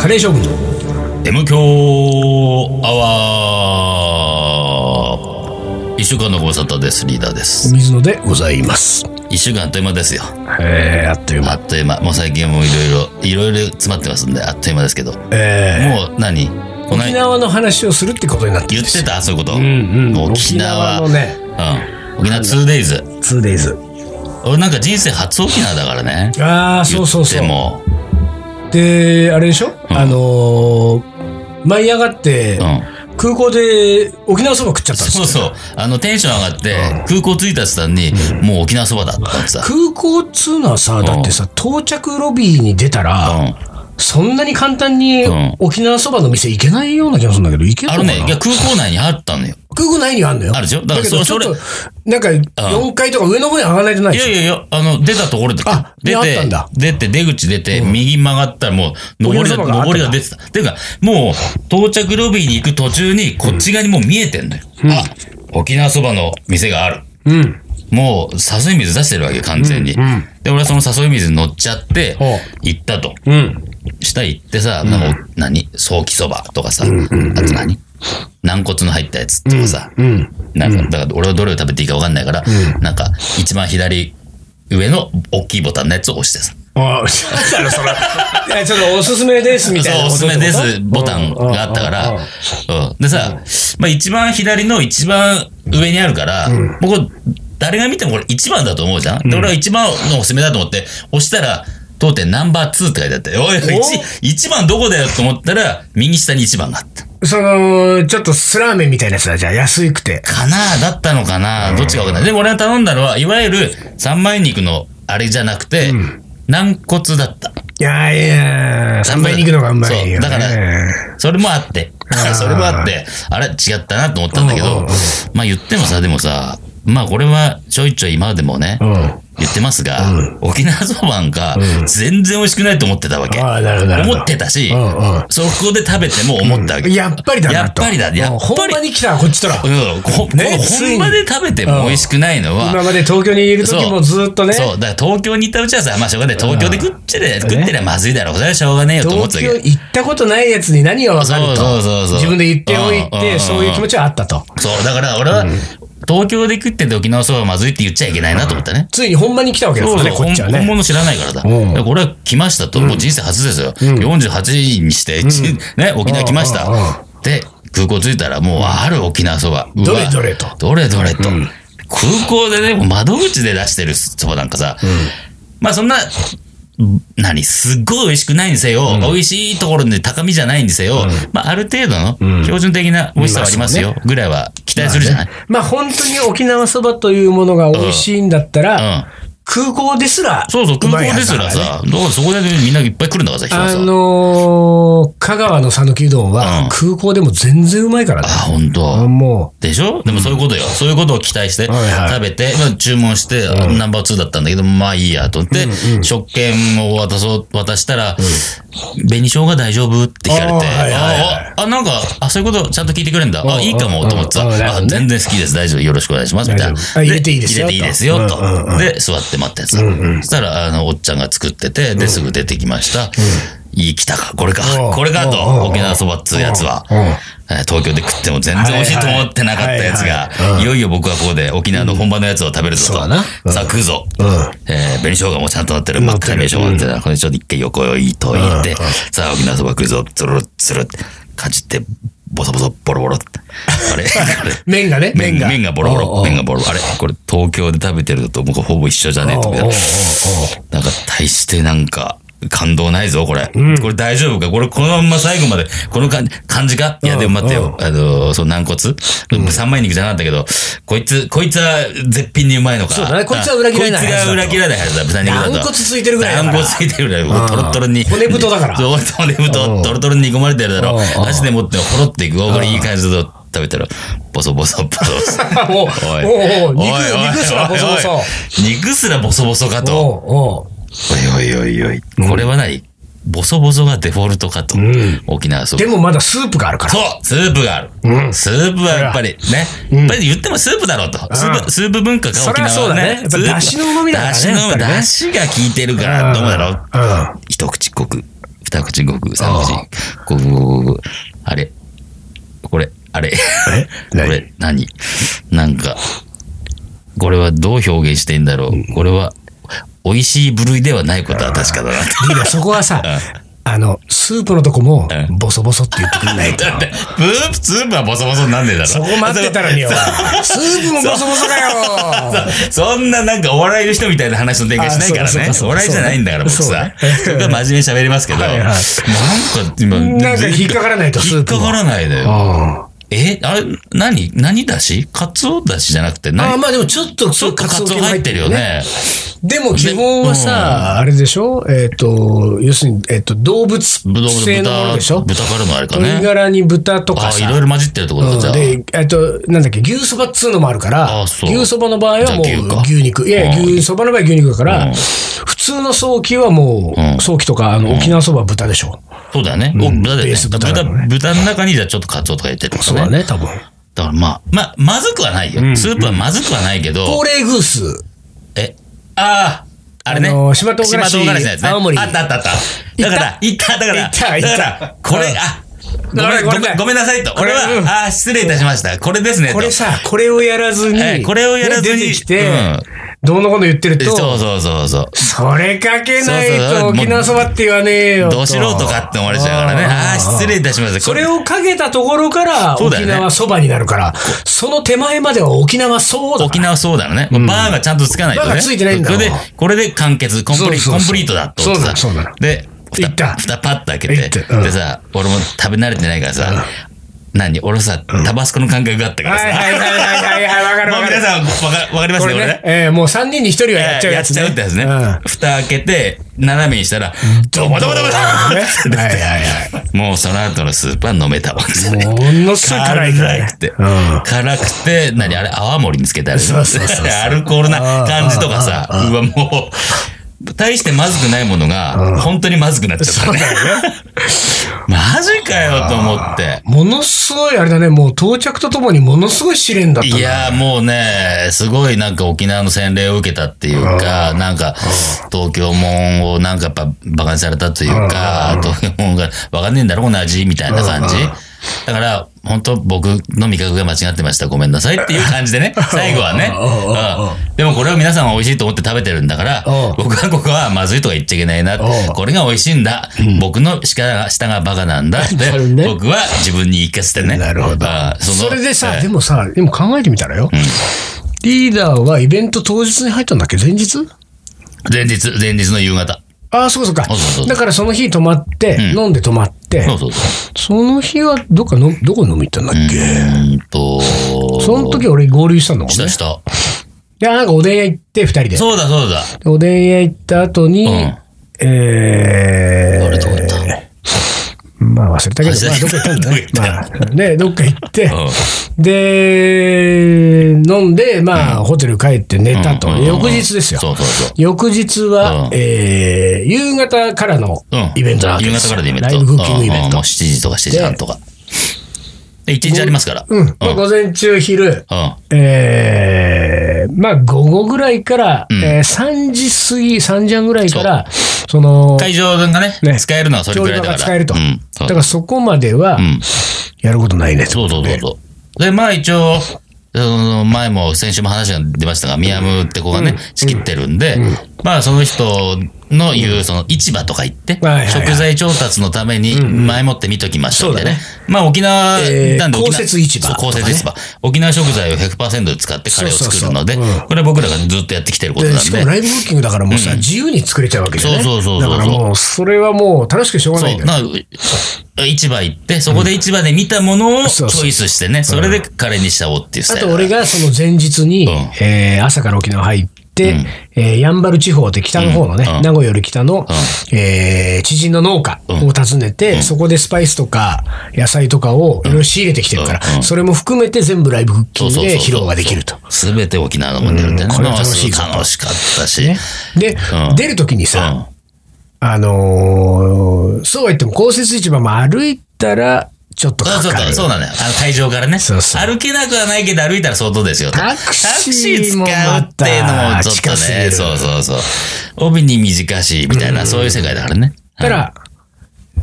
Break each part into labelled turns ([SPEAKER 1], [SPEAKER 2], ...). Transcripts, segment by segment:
[SPEAKER 1] カレー将軍の
[SPEAKER 2] M 強アワー一週間のご無沙汰ですリーダーです
[SPEAKER 1] 水野でございます。
[SPEAKER 2] 一週間あっという間ですよ
[SPEAKER 1] えー、あっという
[SPEAKER 2] あ
[SPEAKER 1] 間。
[SPEAKER 2] っという間もう最近はもういろいろいろいろ詰まってますんであっという間ですけども
[SPEAKER 1] え
[SPEAKER 2] う何
[SPEAKER 1] ー、
[SPEAKER 2] この
[SPEAKER 1] 沖縄の話をするってことになって
[SPEAKER 2] 言
[SPEAKER 1] るん
[SPEAKER 2] っ
[SPEAKER 1] です
[SPEAKER 2] て
[SPEAKER 1] よ。
[SPEAKER 2] たそういうこと、
[SPEAKER 1] うんうん。
[SPEAKER 2] 沖縄
[SPEAKER 1] のね、
[SPEAKER 2] うん沖縄 2days
[SPEAKER 1] 2days。
[SPEAKER 2] 俺なんか人生初沖縄だからね
[SPEAKER 1] ああ、そうそうそ
[SPEAKER 2] で
[SPEAKER 1] う。
[SPEAKER 2] も
[SPEAKER 1] で、あれでしょ、
[SPEAKER 2] ん
[SPEAKER 1] あのー、舞い上がって、
[SPEAKER 2] う
[SPEAKER 1] 空港で沖縄そば食っちゃったんです
[SPEAKER 2] そう
[SPEAKER 1] よ。
[SPEAKER 2] そうあのテンション上がって空港着いた途端にもう沖縄そばだったってさ
[SPEAKER 1] 空港っつうのはさ、だってさ、到着ロビーに出たら、
[SPEAKER 2] うん
[SPEAKER 1] そんなに簡単に
[SPEAKER 2] うん
[SPEAKER 1] 沖縄そばの店行けないような気がするんだけど、行ける
[SPEAKER 2] あ
[SPEAKER 1] の
[SPEAKER 2] の
[SPEAKER 1] かな
[SPEAKER 2] ねいや空港内にあったのよ
[SPEAKER 1] 空港内にはあるのよ。
[SPEAKER 2] あるでしょ
[SPEAKER 1] だ
[SPEAKER 2] だから
[SPEAKER 1] けど、ち
[SPEAKER 2] そ
[SPEAKER 1] ょっ
[SPEAKER 2] れ
[SPEAKER 1] と、なんか、4階とか上の方に上がらないとない
[SPEAKER 2] い
[SPEAKER 1] でしょ
[SPEAKER 2] やいやいや、あの、出たところで
[SPEAKER 1] あ、
[SPEAKER 2] 出
[SPEAKER 1] 出会った
[SPEAKER 2] て
[SPEAKER 1] んだ、
[SPEAKER 2] 出て、出口出て、右曲がったらもう、上りが、
[SPEAKER 1] お客様があったんだ
[SPEAKER 2] 上りが出てた。ていうか、もう、到着ロビーに行く途中に、こっち側にもう見えてんだよ。あ、沖縄そばの店がある。
[SPEAKER 1] うん。
[SPEAKER 2] もう、誘い水出してるわけ、完全に。で、俺はその誘い水に乗っちゃって
[SPEAKER 1] ほう、
[SPEAKER 2] 行ったと。
[SPEAKER 1] うん。
[SPEAKER 2] 下行ってさ、なんか、何早期そばとかさ、あと何軟骨の入ったやつとかさ、なんか、だから俺はどれを食べていいか分かんないから、なんか、一番左上の大きいボタンのやつを押してさ、
[SPEAKER 1] ああ、そうだろ、それ。 いや、ちょっとおすすめです、みたい
[SPEAKER 2] そう、
[SPEAKER 1] な
[SPEAKER 2] お
[SPEAKER 1] こと
[SPEAKER 2] す
[SPEAKER 1] っ
[SPEAKER 2] す
[SPEAKER 1] てこと。
[SPEAKER 2] めですボタンがあったから、
[SPEAKER 1] うん
[SPEAKER 2] うん。でさ、まあ一番左の一番上にあるから、僕、誰が見てもこれ一番だと思うじゃん。で、俺は一番のおすすめだと思って、押したら、当店ナンバー2って書いてあって、おい、一一番どこだよと思ったら、右下に一番があった。
[SPEAKER 1] その、ちょっとスラーメンみたいなやつだ、じゃあ、安くて。
[SPEAKER 2] かなだったのかなどっちかわかんない。でも俺が頼んだのは、いわゆる三枚肉のあれじゃなくて、軟骨だった。
[SPEAKER 1] いやいや、3倍に行くのがうまいよ、ね。
[SPEAKER 2] そうだからそれもあって
[SPEAKER 1] あー、
[SPEAKER 2] それもあって、あれ違ったなと思ったんだけ
[SPEAKER 1] うんうんう
[SPEAKER 2] ど
[SPEAKER 1] ん、
[SPEAKER 2] まあ言ってもさ、でもさ、まあこれはちょいちょい今でもね、
[SPEAKER 1] うん。
[SPEAKER 2] 言ってますが、沖縄そばが全然美味しくないと思ってたわけ。
[SPEAKER 1] ああ、なるほど、なるほど。
[SPEAKER 2] 思ってたし
[SPEAKER 1] うんうん、
[SPEAKER 2] そこで食べても思ったわけ。
[SPEAKER 1] やっぱりだな
[SPEAKER 2] やっ
[SPEAKER 1] と。
[SPEAKER 2] ぱりだ、や
[SPEAKER 1] もう
[SPEAKER 2] っぱ
[SPEAKER 1] 本
[SPEAKER 2] り
[SPEAKER 1] 場。に来たらこっちとら。
[SPEAKER 2] うん、こ
[SPEAKER 1] ね
[SPEAKER 2] この
[SPEAKER 1] ついに
[SPEAKER 2] 本場で食べても美味しくないのは、
[SPEAKER 1] 今まで東京にいる時もずっとね、
[SPEAKER 2] そう、だから東京に行ったうちはさ、まあしょうがない。東京で食ってりゃ、食ってりゃまずいだろう。それはしょうがねえよと思って
[SPEAKER 1] 東
[SPEAKER 2] た
[SPEAKER 1] 京
[SPEAKER 2] けど。
[SPEAKER 1] 行ったことないやつに何が分かると。
[SPEAKER 2] そうそうそうそう
[SPEAKER 1] 自分で言っておい
[SPEAKER 2] うんうんう
[SPEAKER 1] て、
[SPEAKER 2] ん
[SPEAKER 1] そういう気持ちはあったと。
[SPEAKER 2] そう、だから俺は、東京で食ってて沖縄そばはまずいって言っちゃいけないなと思ったね。
[SPEAKER 1] ついに本場に来たわけです
[SPEAKER 2] そう
[SPEAKER 1] から
[SPEAKER 2] そ
[SPEAKER 1] ね、
[SPEAKER 2] う
[SPEAKER 1] こっちは
[SPEAKER 2] 本
[SPEAKER 1] ね。
[SPEAKER 2] 物知らないからだ。
[SPEAKER 1] ん
[SPEAKER 2] だから俺は来ましたと、もう人生初ですよ。48にして、 ね、沖縄来ました。
[SPEAKER 1] うんうん
[SPEAKER 2] で、空港着いたらもうある沖縄そば。うわ
[SPEAKER 1] どれどれと
[SPEAKER 2] どれどれと。空港でね、もう窓口で出してるそばなんかさ、まあそんな、何すっごい美味しくないにせよ、美味しいところで高みじゃないにせよ、まあある程度の標準的な美味しさはありますよ、ぐらいは期待するじゃない、
[SPEAKER 1] まあ本当に沖縄そばというものが美味しいんだったら、
[SPEAKER 2] うん。
[SPEAKER 1] 空港ですら、
[SPEAKER 2] そうそう、空港ですら
[SPEAKER 1] うまいはずだか
[SPEAKER 2] さ、だからそこでみんないっぱい来るんだからさ、人が
[SPEAKER 1] らね。
[SPEAKER 2] さ
[SPEAKER 1] あ。のー、香川の讃岐うどん
[SPEAKER 2] うん
[SPEAKER 1] は空港でも全然うまいからね
[SPEAKER 2] あ、。ほん
[SPEAKER 1] あ
[SPEAKER 2] と。
[SPEAKER 1] も
[SPEAKER 2] でしょでもそういうことよ。そういうことを期待して、
[SPEAKER 1] はいはい
[SPEAKER 2] 食べて、まあ注文して、あナンバー2だったんだけど、まあいいやと思って、食券を渡そう、渡したら、紅生姜大丈夫って聞かれて、
[SPEAKER 1] あーはいはいは
[SPEAKER 2] ああ、なんか、あ、そういうことちゃんと聞いてくれるんだ。あ、いいかもと思ってさ、
[SPEAKER 1] うんうんうん
[SPEAKER 2] あ全然好きです。大丈夫。よろしくお願いします。みた
[SPEAKER 1] 大
[SPEAKER 2] いな
[SPEAKER 1] 丈。夫あ入れていいですよ
[SPEAKER 2] 入れていいですよ、
[SPEAKER 1] とうんうんう
[SPEAKER 2] と。で、座って待ってさ。そしたら、あの、おっちゃんが作ってて、で、すぐ出てきました。いい、来たか、これか
[SPEAKER 1] うん、
[SPEAKER 2] これか
[SPEAKER 1] うんうんうん
[SPEAKER 2] と、沖縄そばっつうやつは。
[SPEAKER 1] う、うん。
[SPEAKER 2] えー東京で食っても全然美味しいと思ってなかったやつ
[SPEAKER 1] はいは
[SPEAKER 2] が
[SPEAKER 1] いはいはいう、ん
[SPEAKER 2] いよいよ僕はここで沖縄の本場のやつを食べるぞ
[SPEAKER 1] そう
[SPEAKER 2] と
[SPEAKER 1] だな。うん
[SPEAKER 2] さあ食うぞ。
[SPEAKER 1] うん
[SPEAKER 2] えー紅生姜もちゃんとなってる。真っ赤な紅生姜みたいな。これちょっと一回横へいといて、さあ沖縄そば食うぞ。つるつる。かじって、ボソボソ、ボロボ ロって。あれあれ
[SPEAKER 1] 麺がね、
[SPEAKER 2] 麺が。麺がボロボ
[SPEAKER 1] おうお
[SPEAKER 2] ロ。
[SPEAKER 1] う
[SPEAKER 2] 麺がボロボロ。あれこれ東京で食べてるのと僕ほぼ一緒じゃねえと思って
[SPEAKER 1] おうおうおう
[SPEAKER 2] なんか大してなんか、感動ないぞ、これ。これ大丈夫かこれこのまんま最後まで、この感じ感じかいや、でも待ってよ。あの、その軟骨三枚肉じゃなかったけど、こいつ、こいつは絶品にうまいのか。
[SPEAKER 1] そうだねこいつは裏切らないはずだ
[SPEAKER 2] こといつが裏切らないはずだ、豚肉だと。
[SPEAKER 1] 軟骨ついてるぐらいだから
[SPEAKER 2] 軟骨ついてるぐらい。もうトロトロに。
[SPEAKER 1] 骨太だから
[SPEAKER 2] そう、骨
[SPEAKER 1] うん
[SPEAKER 2] 太、トロトロに煮込まれてるだ
[SPEAKER 1] う。
[SPEAKER 2] ろ
[SPEAKER 1] ん
[SPEAKER 2] 箸で持ってほろっていく。おこれいい感じだと食べたら、ボソボソ、ボソボソ。
[SPEAKER 1] もう、 おうおう肉
[SPEAKER 2] おいおい
[SPEAKER 1] 肉すらボソボソ
[SPEAKER 2] おいおい肉すらボソボソかと。
[SPEAKER 1] おうおう
[SPEAKER 2] おいおいおいおい。これは何、ボソボソがデフォルトかと。沖縄そば
[SPEAKER 1] で。もまだスープがあるから。
[SPEAKER 2] そうスープがある、スープはやっぱりね、やっぱり言ってもスープだろうと。スープ、スープ文化が沖縄はね。
[SPEAKER 1] そりゃそうだねやっぱ出汁の旨味だからね
[SPEAKER 2] だしの旨味、
[SPEAKER 1] やっぱりね
[SPEAKER 2] だしが効いてるから、どうだろう。
[SPEAKER 1] うん。
[SPEAKER 2] 一口濃く、二二口五分、三口
[SPEAKER 1] あ
[SPEAKER 2] 五分、五分、あれこれ、あれ
[SPEAKER 1] え
[SPEAKER 2] これ何なんか、これはどう表現してんだろう。これは、美味しい部類ではないことは確かだなと。
[SPEAKER 1] リーダー、そこはさ、あの、スープのとこも、ボソボソって言ってくれ ないと。
[SPEAKER 2] だって、ブープ、スープはボソボソになんねえだろ。
[SPEAKER 1] そこ待ってたのによ。スープもボソボソだよ。
[SPEAKER 2] そんななんかお笑いの人みたいな話の展開しないから
[SPEAKER 1] あそうかそう
[SPEAKER 2] ね
[SPEAKER 1] か。そう
[SPEAKER 2] お
[SPEAKER 1] か
[SPEAKER 2] 笑いじゃないんだから、僕
[SPEAKER 1] そう
[SPEAKER 2] さ
[SPEAKER 1] ね。
[SPEAKER 2] それが真面目に喋りますけど、
[SPEAKER 1] はいはい
[SPEAKER 2] なんか今、
[SPEAKER 1] なんか引っかからないとス
[SPEAKER 2] 引
[SPEAKER 1] ー
[SPEAKER 2] っ
[SPEAKER 1] プ
[SPEAKER 2] か
[SPEAKER 1] は
[SPEAKER 2] からないだよ。
[SPEAKER 1] あ
[SPEAKER 2] えあれ、何何だしカツオだしじゃなくて
[SPEAKER 1] あ、
[SPEAKER 2] 何、
[SPEAKER 1] まあでもちょっと、
[SPEAKER 2] ちょっとカツオ入ってるよ。ね。
[SPEAKER 1] でも基本はさ、あれでしょえっ、と、要するに、えっ、と、動物性のもの
[SPEAKER 2] 豚、
[SPEAKER 1] でしょ
[SPEAKER 2] 豚からのあれか
[SPEAKER 1] 鶏
[SPEAKER 2] ね。
[SPEAKER 1] ガラに豚とか
[SPEAKER 2] ああ、い
[SPEAKER 1] さ。
[SPEAKER 2] ろいろ混じってるところ
[SPEAKER 1] う
[SPEAKER 2] だ、
[SPEAKER 1] ん
[SPEAKER 2] じゃあ。
[SPEAKER 1] で、えっと、なんだっけ、牛そばっつうのもあるから、
[SPEAKER 2] あそう
[SPEAKER 1] 牛そばの場合はも
[SPEAKER 2] じゃあ牛か
[SPEAKER 1] う牛肉。いやいや、
[SPEAKER 2] うん
[SPEAKER 1] 牛そばの場合は牛肉だから、
[SPEAKER 2] うん
[SPEAKER 1] 普通の早期はも
[SPEAKER 2] うん
[SPEAKER 1] う、早期とか、あの、沖縄そばは豚でしょ。
[SPEAKER 2] そうだよね。お豚だよ
[SPEAKER 1] ベ
[SPEAKER 2] ね
[SPEAKER 1] ース。豚
[SPEAKER 2] 豚、
[SPEAKER 1] だもんね
[SPEAKER 2] 豚の中にじゃあちょっとカツオとか入ってるとか
[SPEAKER 1] そうだ。ね、多分。
[SPEAKER 2] だからまあ、まあ、まずくはないよ。スープはまずくはないけど。
[SPEAKER 1] 高齢グース。
[SPEAKER 2] え、ああ、あれね。
[SPEAKER 1] あのー島唐辛子
[SPEAKER 2] 島唐辛子のやつね。
[SPEAKER 1] 青森
[SPEAKER 2] あったあったあった。だから、いった、だから、
[SPEAKER 1] 行った行った
[SPEAKER 2] だから、これ
[SPEAKER 1] う、ん
[SPEAKER 2] あ、ご
[SPEAKER 1] だか
[SPEAKER 2] め
[SPEAKER 1] ら
[SPEAKER 2] ん
[SPEAKER 1] これ
[SPEAKER 2] ごめ
[SPEAKER 1] ね
[SPEAKER 2] ん、ごめんなさいと。これ
[SPEAKER 1] これうん
[SPEAKER 2] は、あー失礼いたしました。これですね、と。
[SPEAKER 1] これさ、これをやらず
[SPEAKER 2] え
[SPEAKER 1] に、
[SPEAKER 2] えこれをやらずに
[SPEAKER 1] ね出てきて、
[SPEAKER 2] うん
[SPEAKER 1] どうのこうの言ってる
[SPEAKER 2] えそ
[SPEAKER 1] と、
[SPEAKER 2] うそうそうそう。
[SPEAKER 1] それかけない
[SPEAKER 2] そうそ
[SPEAKER 1] と
[SPEAKER 2] う
[SPEAKER 1] 沖縄そばって言わねえよと。
[SPEAKER 2] ど素人かって思われちゃうからね。ああー、失礼いたしました。
[SPEAKER 1] それ
[SPEAKER 2] こ
[SPEAKER 1] をかけたところから
[SPEAKER 2] そうだよ
[SPEAKER 1] 沖
[SPEAKER 2] ね
[SPEAKER 1] 縄そばになるから、その手前までは沖縄そうだ
[SPEAKER 2] 沖
[SPEAKER 1] か
[SPEAKER 2] 縄そうだろうね。バーがちゃんとつかないとね。
[SPEAKER 1] バーがついてないんだ
[SPEAKER 2] こ
[SPEAKER 1] ろ
[SPEAKER 2] れで、これで完結、コンプリ
[SPEAKER 1] そうそうそう
[SPEAKER 2] コンプリートだと思ってさ。
[SPEAKER 1] そうなのそうなの
[SPEAKER 2] で、
[SPEAKER 1] いった
[SPEAKER 2] 蓋パッと開け
[SPEAKER 1] い
[SPEAKER 2] て、
[SPEAKER 1] ったうん
[SPEAKER 2] でさ、俺も食べ慣れてないからさ、何俺さ、タバスコの感覚があった
[SPEAKER 1] ら。
[SPEAKER 2] から
[SPEAKER 1] はい
[SPEAKER 2] さ。
[SPEAKER 1] はいはいはいはい、わかる
[SPEAKER 2] もう
[SPEAKER 1] わか
[SPEAKER 2] 皆
[SPEAKER 1] る。
[SPEAKER 2] さんわかわかります
[SPEAKER 1] これ
[SPEAKER 2] ね、これ
[SPEAKER 1] ね
[SPEAKER 2] ね。、
[SPEAKER 1] えーもう3人に1人はやっちゃう
[SPEAKER 2] や
[SPEAKER 1] や
[SPEAKER 2] っ
[SPEAKER 1] つ
[SPEAKER 2] ち
[SPEAKER 1] ね。
[SPEAKER 2] ゃうってやつね
[SPEAKER 1] うん。
[SPEAKER 2] 蓋開けて、斜めにしたら、ドボドボドボド
[SPEAKER 1] ね
[SPEAKER 2] ボ
[SPEAKER 1] はいはいはい。
[SPEAKER 2] もうその後のスープは飲めたわけですね。
[SPEAKER 1] ものすごい辛
[SPEAKER 2] 辛
[SPEAKER 1] いからね
[SPEAKER 2] くて。
[SPEAKER 1] うん
[SPEAKER 2] 辛くて、何あれ、泡盛につけてある。
[SPEAKER 1] そうそうそうそう
[SPEAKER 2] アルコールな感じとかさ、うわ、もう、大してまずくないものが、本当にまずくなっちゃったね。マジかよと思って。
[SPEAKER 1] ものすごいあれだね、もう到着とともにものすごい試練だった
[SPEAKER 2] い
[SPEAKER 1] な
[SPEAKER 2] やーもうね、すごいなんか沖縄の洗礼を受けたっていうか、なんか東京もんをなんかやっぱ馬鹿にされたというか、東京もんがわかんねえんだろこの味みたいな感じ。だから、本当僕の味覚が間違ってました。ごめんなさいっていう感じ でね、最後はね。うんでもこれを皆さんは美味しいと思って食べてるんだから
[SPEAKER 1] うん、
[SPEAKER 2] 僕はここはまずいとか言っちゃいけない
[SPEAKER 1] う
[SPEAKER 2] な
[SPEAKER 1] ん。
[SPEAKER 2] これが美味しいんだ。僕の舌が舌がバカなんだって
[SPEAKER 1] なるほどね
[SPEAKER 2] 僕は自分に言い聞かせてね。
[SPEAKER 1] なるほど
[SPEAKER 2] あーの
[SPEAKER 1] それでさ、
[SPEAKER 2] えー
[SPEAKER 1] でもさ、でも考えてみたらよ。リーダーはイベント当日に入ったんだっけ前日
[SPEAKER 2] 前日、前日の夕方。
[SPEAKER 1] ああ、そうかそうか
[SPEAKER 2] そうそうそう。
[SPEAKER 1] だからその日泊まって、
[SPEAKER 2] うん
[SPEAKER 1] 飲んで泊まって、
[SPEAKER 2] そうそうそう。
[SPEAKER 1] その日はどっかの、どこ飲み行ったんだっ
[SPEAKER 2] う
[SPEAKER 1] け
[SPEAKER 2] ーんと、
[SPEAKER 1] その時俺合流したんだもん
[SPEAKER 2] し
[SPEAKER 1] ね
[SPEAKER 2] た。した。
[SPEAKER 1] で、なんかおでん屋行って、二人で。
[SPEAKER 2] そうだそうだ。
[SPEAKER 1] でおでん屋行った後に、
[SPEAKER 2] うん
[SPEAKER 1] え
[SPEAKER 2] どれどれ
[SPEAKER 1] ー、
[SPEAKER 2] だ。うん。
[SPEAKER 1] まあ忘れたけど、まあどっか行ったんだね。まあ、ね、どっか行って、で、飲んで、まあ、ホテル帰って寝たと。
[SPEAKER 2] うんうんうん
[SPEAKER 1] 翌日ですよ。
[SPEAKER 2] そうそうそう。
[SPEAKER 1] 翌日は、
[SPEAKER 2] うん
[SPEAKER 1] えー、夕方からの
[SPEAKER 2] うん。
[SPEAKER 1] イベントなわけですよ
[SPEAKER 2] 夕方からでイベント。
[SPEAKER 1] ライブクッキングイベ
[SPEAKER 2] うんう
[SPEAKER 1] ン
[SPEAKER 2] ん
[SPEAKER 1] ト
[SPEAKER 2] もう7。時とか7時半とか。で、1日ありますから。
[SPEAKER 1] う
[SPEAKER 2] う
[SPEAKER 1] ん。
[SPEAKER 2] ん。
[SPEAKER 1] まあ、午前中、昼、えー、まあ、午後ぐらいから、
[SPEAKER 2] うん
[SPEAKER 1] えー、3時過ぎ、3時半ぐらいから、その、
[SPEAKER 2] 会場がね
[SPEAKER 1] ね、
[SPEAKER 2] 使えるのはそれ
[SPEAKER 1] 調
[SPEAKER 2] く
[SPEAKER 1] 理
[SPEAKER 2] らい
[SPEAKER 1] 場
[SPEAKER 2] だ
[SPEAKER 1] が
[SPEAKER 2] から。
[SPEAKER 1] 使えると。
[SPEAKER 2] うん。そ
[SPEAKER 1] だ
[SPEAKER 2] う
[SPEAKER 1] からそこまでは
[SPEAKER 2] う、ん。
[SPEAKER 1] やることないねと。
[SPEAKER 2] そうそうそうそう。で、まあ一応、その前も先週も話が出ましたが、ミヤムって子がね、仕切ってるんで、まあその人の言う、その市場とか行って
[SPEAKER 1] はいはい、はい
[SPEAKER 2] 食材調達のために前もって見ときましょうみたいなね。まあ沖縄
[SPEAKER 1] えー
[SPEAKER 2] なんで沖縄
[SPEAKER 1] 公設市場
[SPEAKER 2] そう公設
[SPEAKER 1] とかね
[SPEAKER 2] 市場。沖縄食材を100%使ってカレーを作るので
[SPEAKER 1] そうそうそううん、
[SPEAKER 2] これは僕らがずっとやってきてることなん
[SPEAKER 1] で
[SPEAKER 2] で。
[SPEAKER 1] しかもライブブッキングだからもうさ、自由に作れちゃうわけだよね。
[SPEAKER 2] そうそうそうそう
[SPEAKER 1] だからもう、それはもう楽しくてしょうがないん
[SPEAKER 2] そ
[SPEAKER 1] だ
[SPEAKER 2] う、
[SPEAKER 1] よ。
[SPEAKER 2] なんかう市場行って、そこで市場で見たものをチ
[SPEAKER 1] そうそう
[SPEAKER 2] ョイスしてね、それでカレーにしちゃおうっていうス
[SPEAKER 1] あ
[SPEAKER 2] タイル
[SPEAKER 1] と
[SPEAKER 2] だから。
[SPEAKER 1] 俺がその前日に、
[SPEAKER 2] うん
[SPEAKER 1] えー朝から沖縄入って、えーやんばる地方って北の方のね、
[SPEAKER 2] うんうん
[SPEAKER 1] 名古屋より北の、えー知人の農家を訪ねて、そこでスパイスとか野菜とかをいろいろ仕入れてきてるから、
[SPEAKER 2] うんうん
[SPEAKER 1] それも含めて全部ライブクッキング
[SPEAKER 2] そう
[SPEAKER 1] で
[SPEAKER 2] そうそう
[SPEAKER 1] 披
[SPEAKER 2] そう
[SPEAKER 1] 露ができると。
[SPEAKER 2] すべて沖縄のもんでやるってね。
[SPEAKER 1] うんこれは楽しいぞ
[SPEAKER 2] まあ楽しかったし。
[SPEAKER 1] ねで、
[SPEAKER 2] うん
[SPEAKER 1] 出るときに
[SPEAKER 2] う
[SPEAKER 1] さ、
[SPEAKER 2] ん。
[SPEAKER 1] あのーそうは言っても公設市場も歩いたら、ちょっと
[SPEAKER 2] そ
[SPEAKER 1] か
[SPEAKER 2] うそう
[SPEAKER 1] か
[SPEAKER 2] そう、
[SPEAKER 1] る。
[SPEAKER 2] そうなんだよ。あの会場からね。
[SPEAKER 1] そうそう
[SPEAKER 2] 歩けなくはないけど歩いたら相当ですよと。
[SPEAKER 1] タクシー
[SPEAKER 2] タクシー使うっていうのもちょっと
[SPEAKER 1] もまた近すぎ
[SPEAKER 2] ね。
[SPEAKER 1] る
[SPEAKER 2] そうそうそう。帯に短しみたいな、そういう世界だからね。
[SPEAKER 1] たら、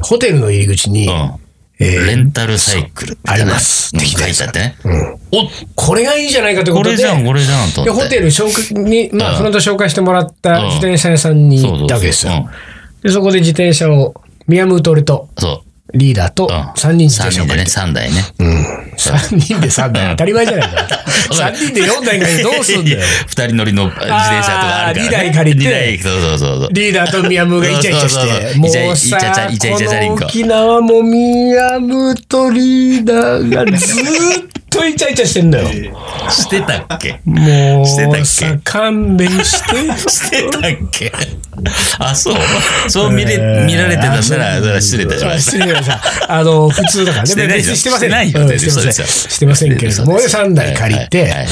[SPEAKER 1] ホテルの入り口に、
[SPEAKER 2] うん。
[SPEAKER 1] えー
[SPEAKER 2] レンタルサイクル。
[SPEAKER 1] あります
[SPEAKER 2] うん書いてあってね。お
[SPEAKER 1] これがいいじゃないかという
[SPEAKER 2] こ
[SPEAKER 1] こと
[SPEAKER 2] れ
[SPEAKER 1] で、
[SPEAKER 2] じゃん、これじゃん、と
[SPEAKER 1] で
[SPEAKER 2] 思って。
[SPEAKER 1] ホテル紹介に、まあ、
[SPEAKER 2] うん
[SPEAKER 1] フロント紹介してもらった
[SPEAKER 2] うん
[SPEAKER 1] 自転車屋さんに
[SPEAKER 2] そうそう
[SPEAKER 1] 行
[SPEAKER 2] そう
[SPEAKER 1] ったわけですよ。
[SPEAKER 2] うん
[SPEAKER 1] で、そこで自転車を、宮本徹と
[SPEAKER 2] そう。
[SPEAKER 1] リーダーと
[SPEAKER 2] うん
[SPEAKER 1] 3人自
[SPEAKER 2] 3
[SPEAKER 1] 転車を
[SPEAKER 2] 人でね、
[SPEAKER 1] 借りて。
[SPEAKER 2] 3台ね。
[SPEAKER 1] 3人で3台。当たり前じゃない か。3人で4台借りてどうすんだよ。
[SPEAKER 2] 二人乗りの自転車とか
[SPEAKER 1] あ
[SPEAKER 2] あるから、ね。
[SPEAKER 1] ー二台借りて
[SPEAKER 2] 二台そうそうそうそう。
[SPEAKER 1] リーダーと宮本がイチャイチャ
[SPEAKER 2] そうそ
[SPEAKER 1] し
[SPEAKER 2] うそう
[SPEAKER 1] て、
[SPEAKER 2] そう
[SPEAKER 1] もう
[SPEAKER 2] イチャイチ
[SPEAKER 1] さ、
[SPEAKER 2] ャイチャイチャイチャリン
[SPEAKER 1] こ
[SPEAKER 2] コ
[SPEAKER 1] の沖縄も宮本とリーダーがずーっとイチャイチャしてんだよ。
[SPEAKER 2] してたっけ
[SPEAKER 1] も
[SPEAKER 2] してたっけ
[SPEAKER 1] うさ、勘弁して。
[SPEAKER 2] してたっけあ、そうそう 見れ、見られてたんなら、それは失礼いたしました。
[SPEAKER 1] 失礼さ、あの、普通だから
[SPEAKER 2] してない
[SPEAKER 1] 別
[SPEAKER 2] よ
[SPEAKER 1] にしてません。
[SPEAKER 2] してないよ
[SPEAKER 1] うん
[SPEAKER 2] 全然
[SPEAKER 1] してません。
[SPEAKER 2] そうですよ
[SPEAKER 1] してませんけれども、
[SPEAKER 2] そう
[SPEAKER 1] 俺
[SPEAKER 2] です
[SPEAKER 1] 3台借り
[SPEAKER 2] はい
[SPEAKER 1] て
[SPEAKER 2] はいはい、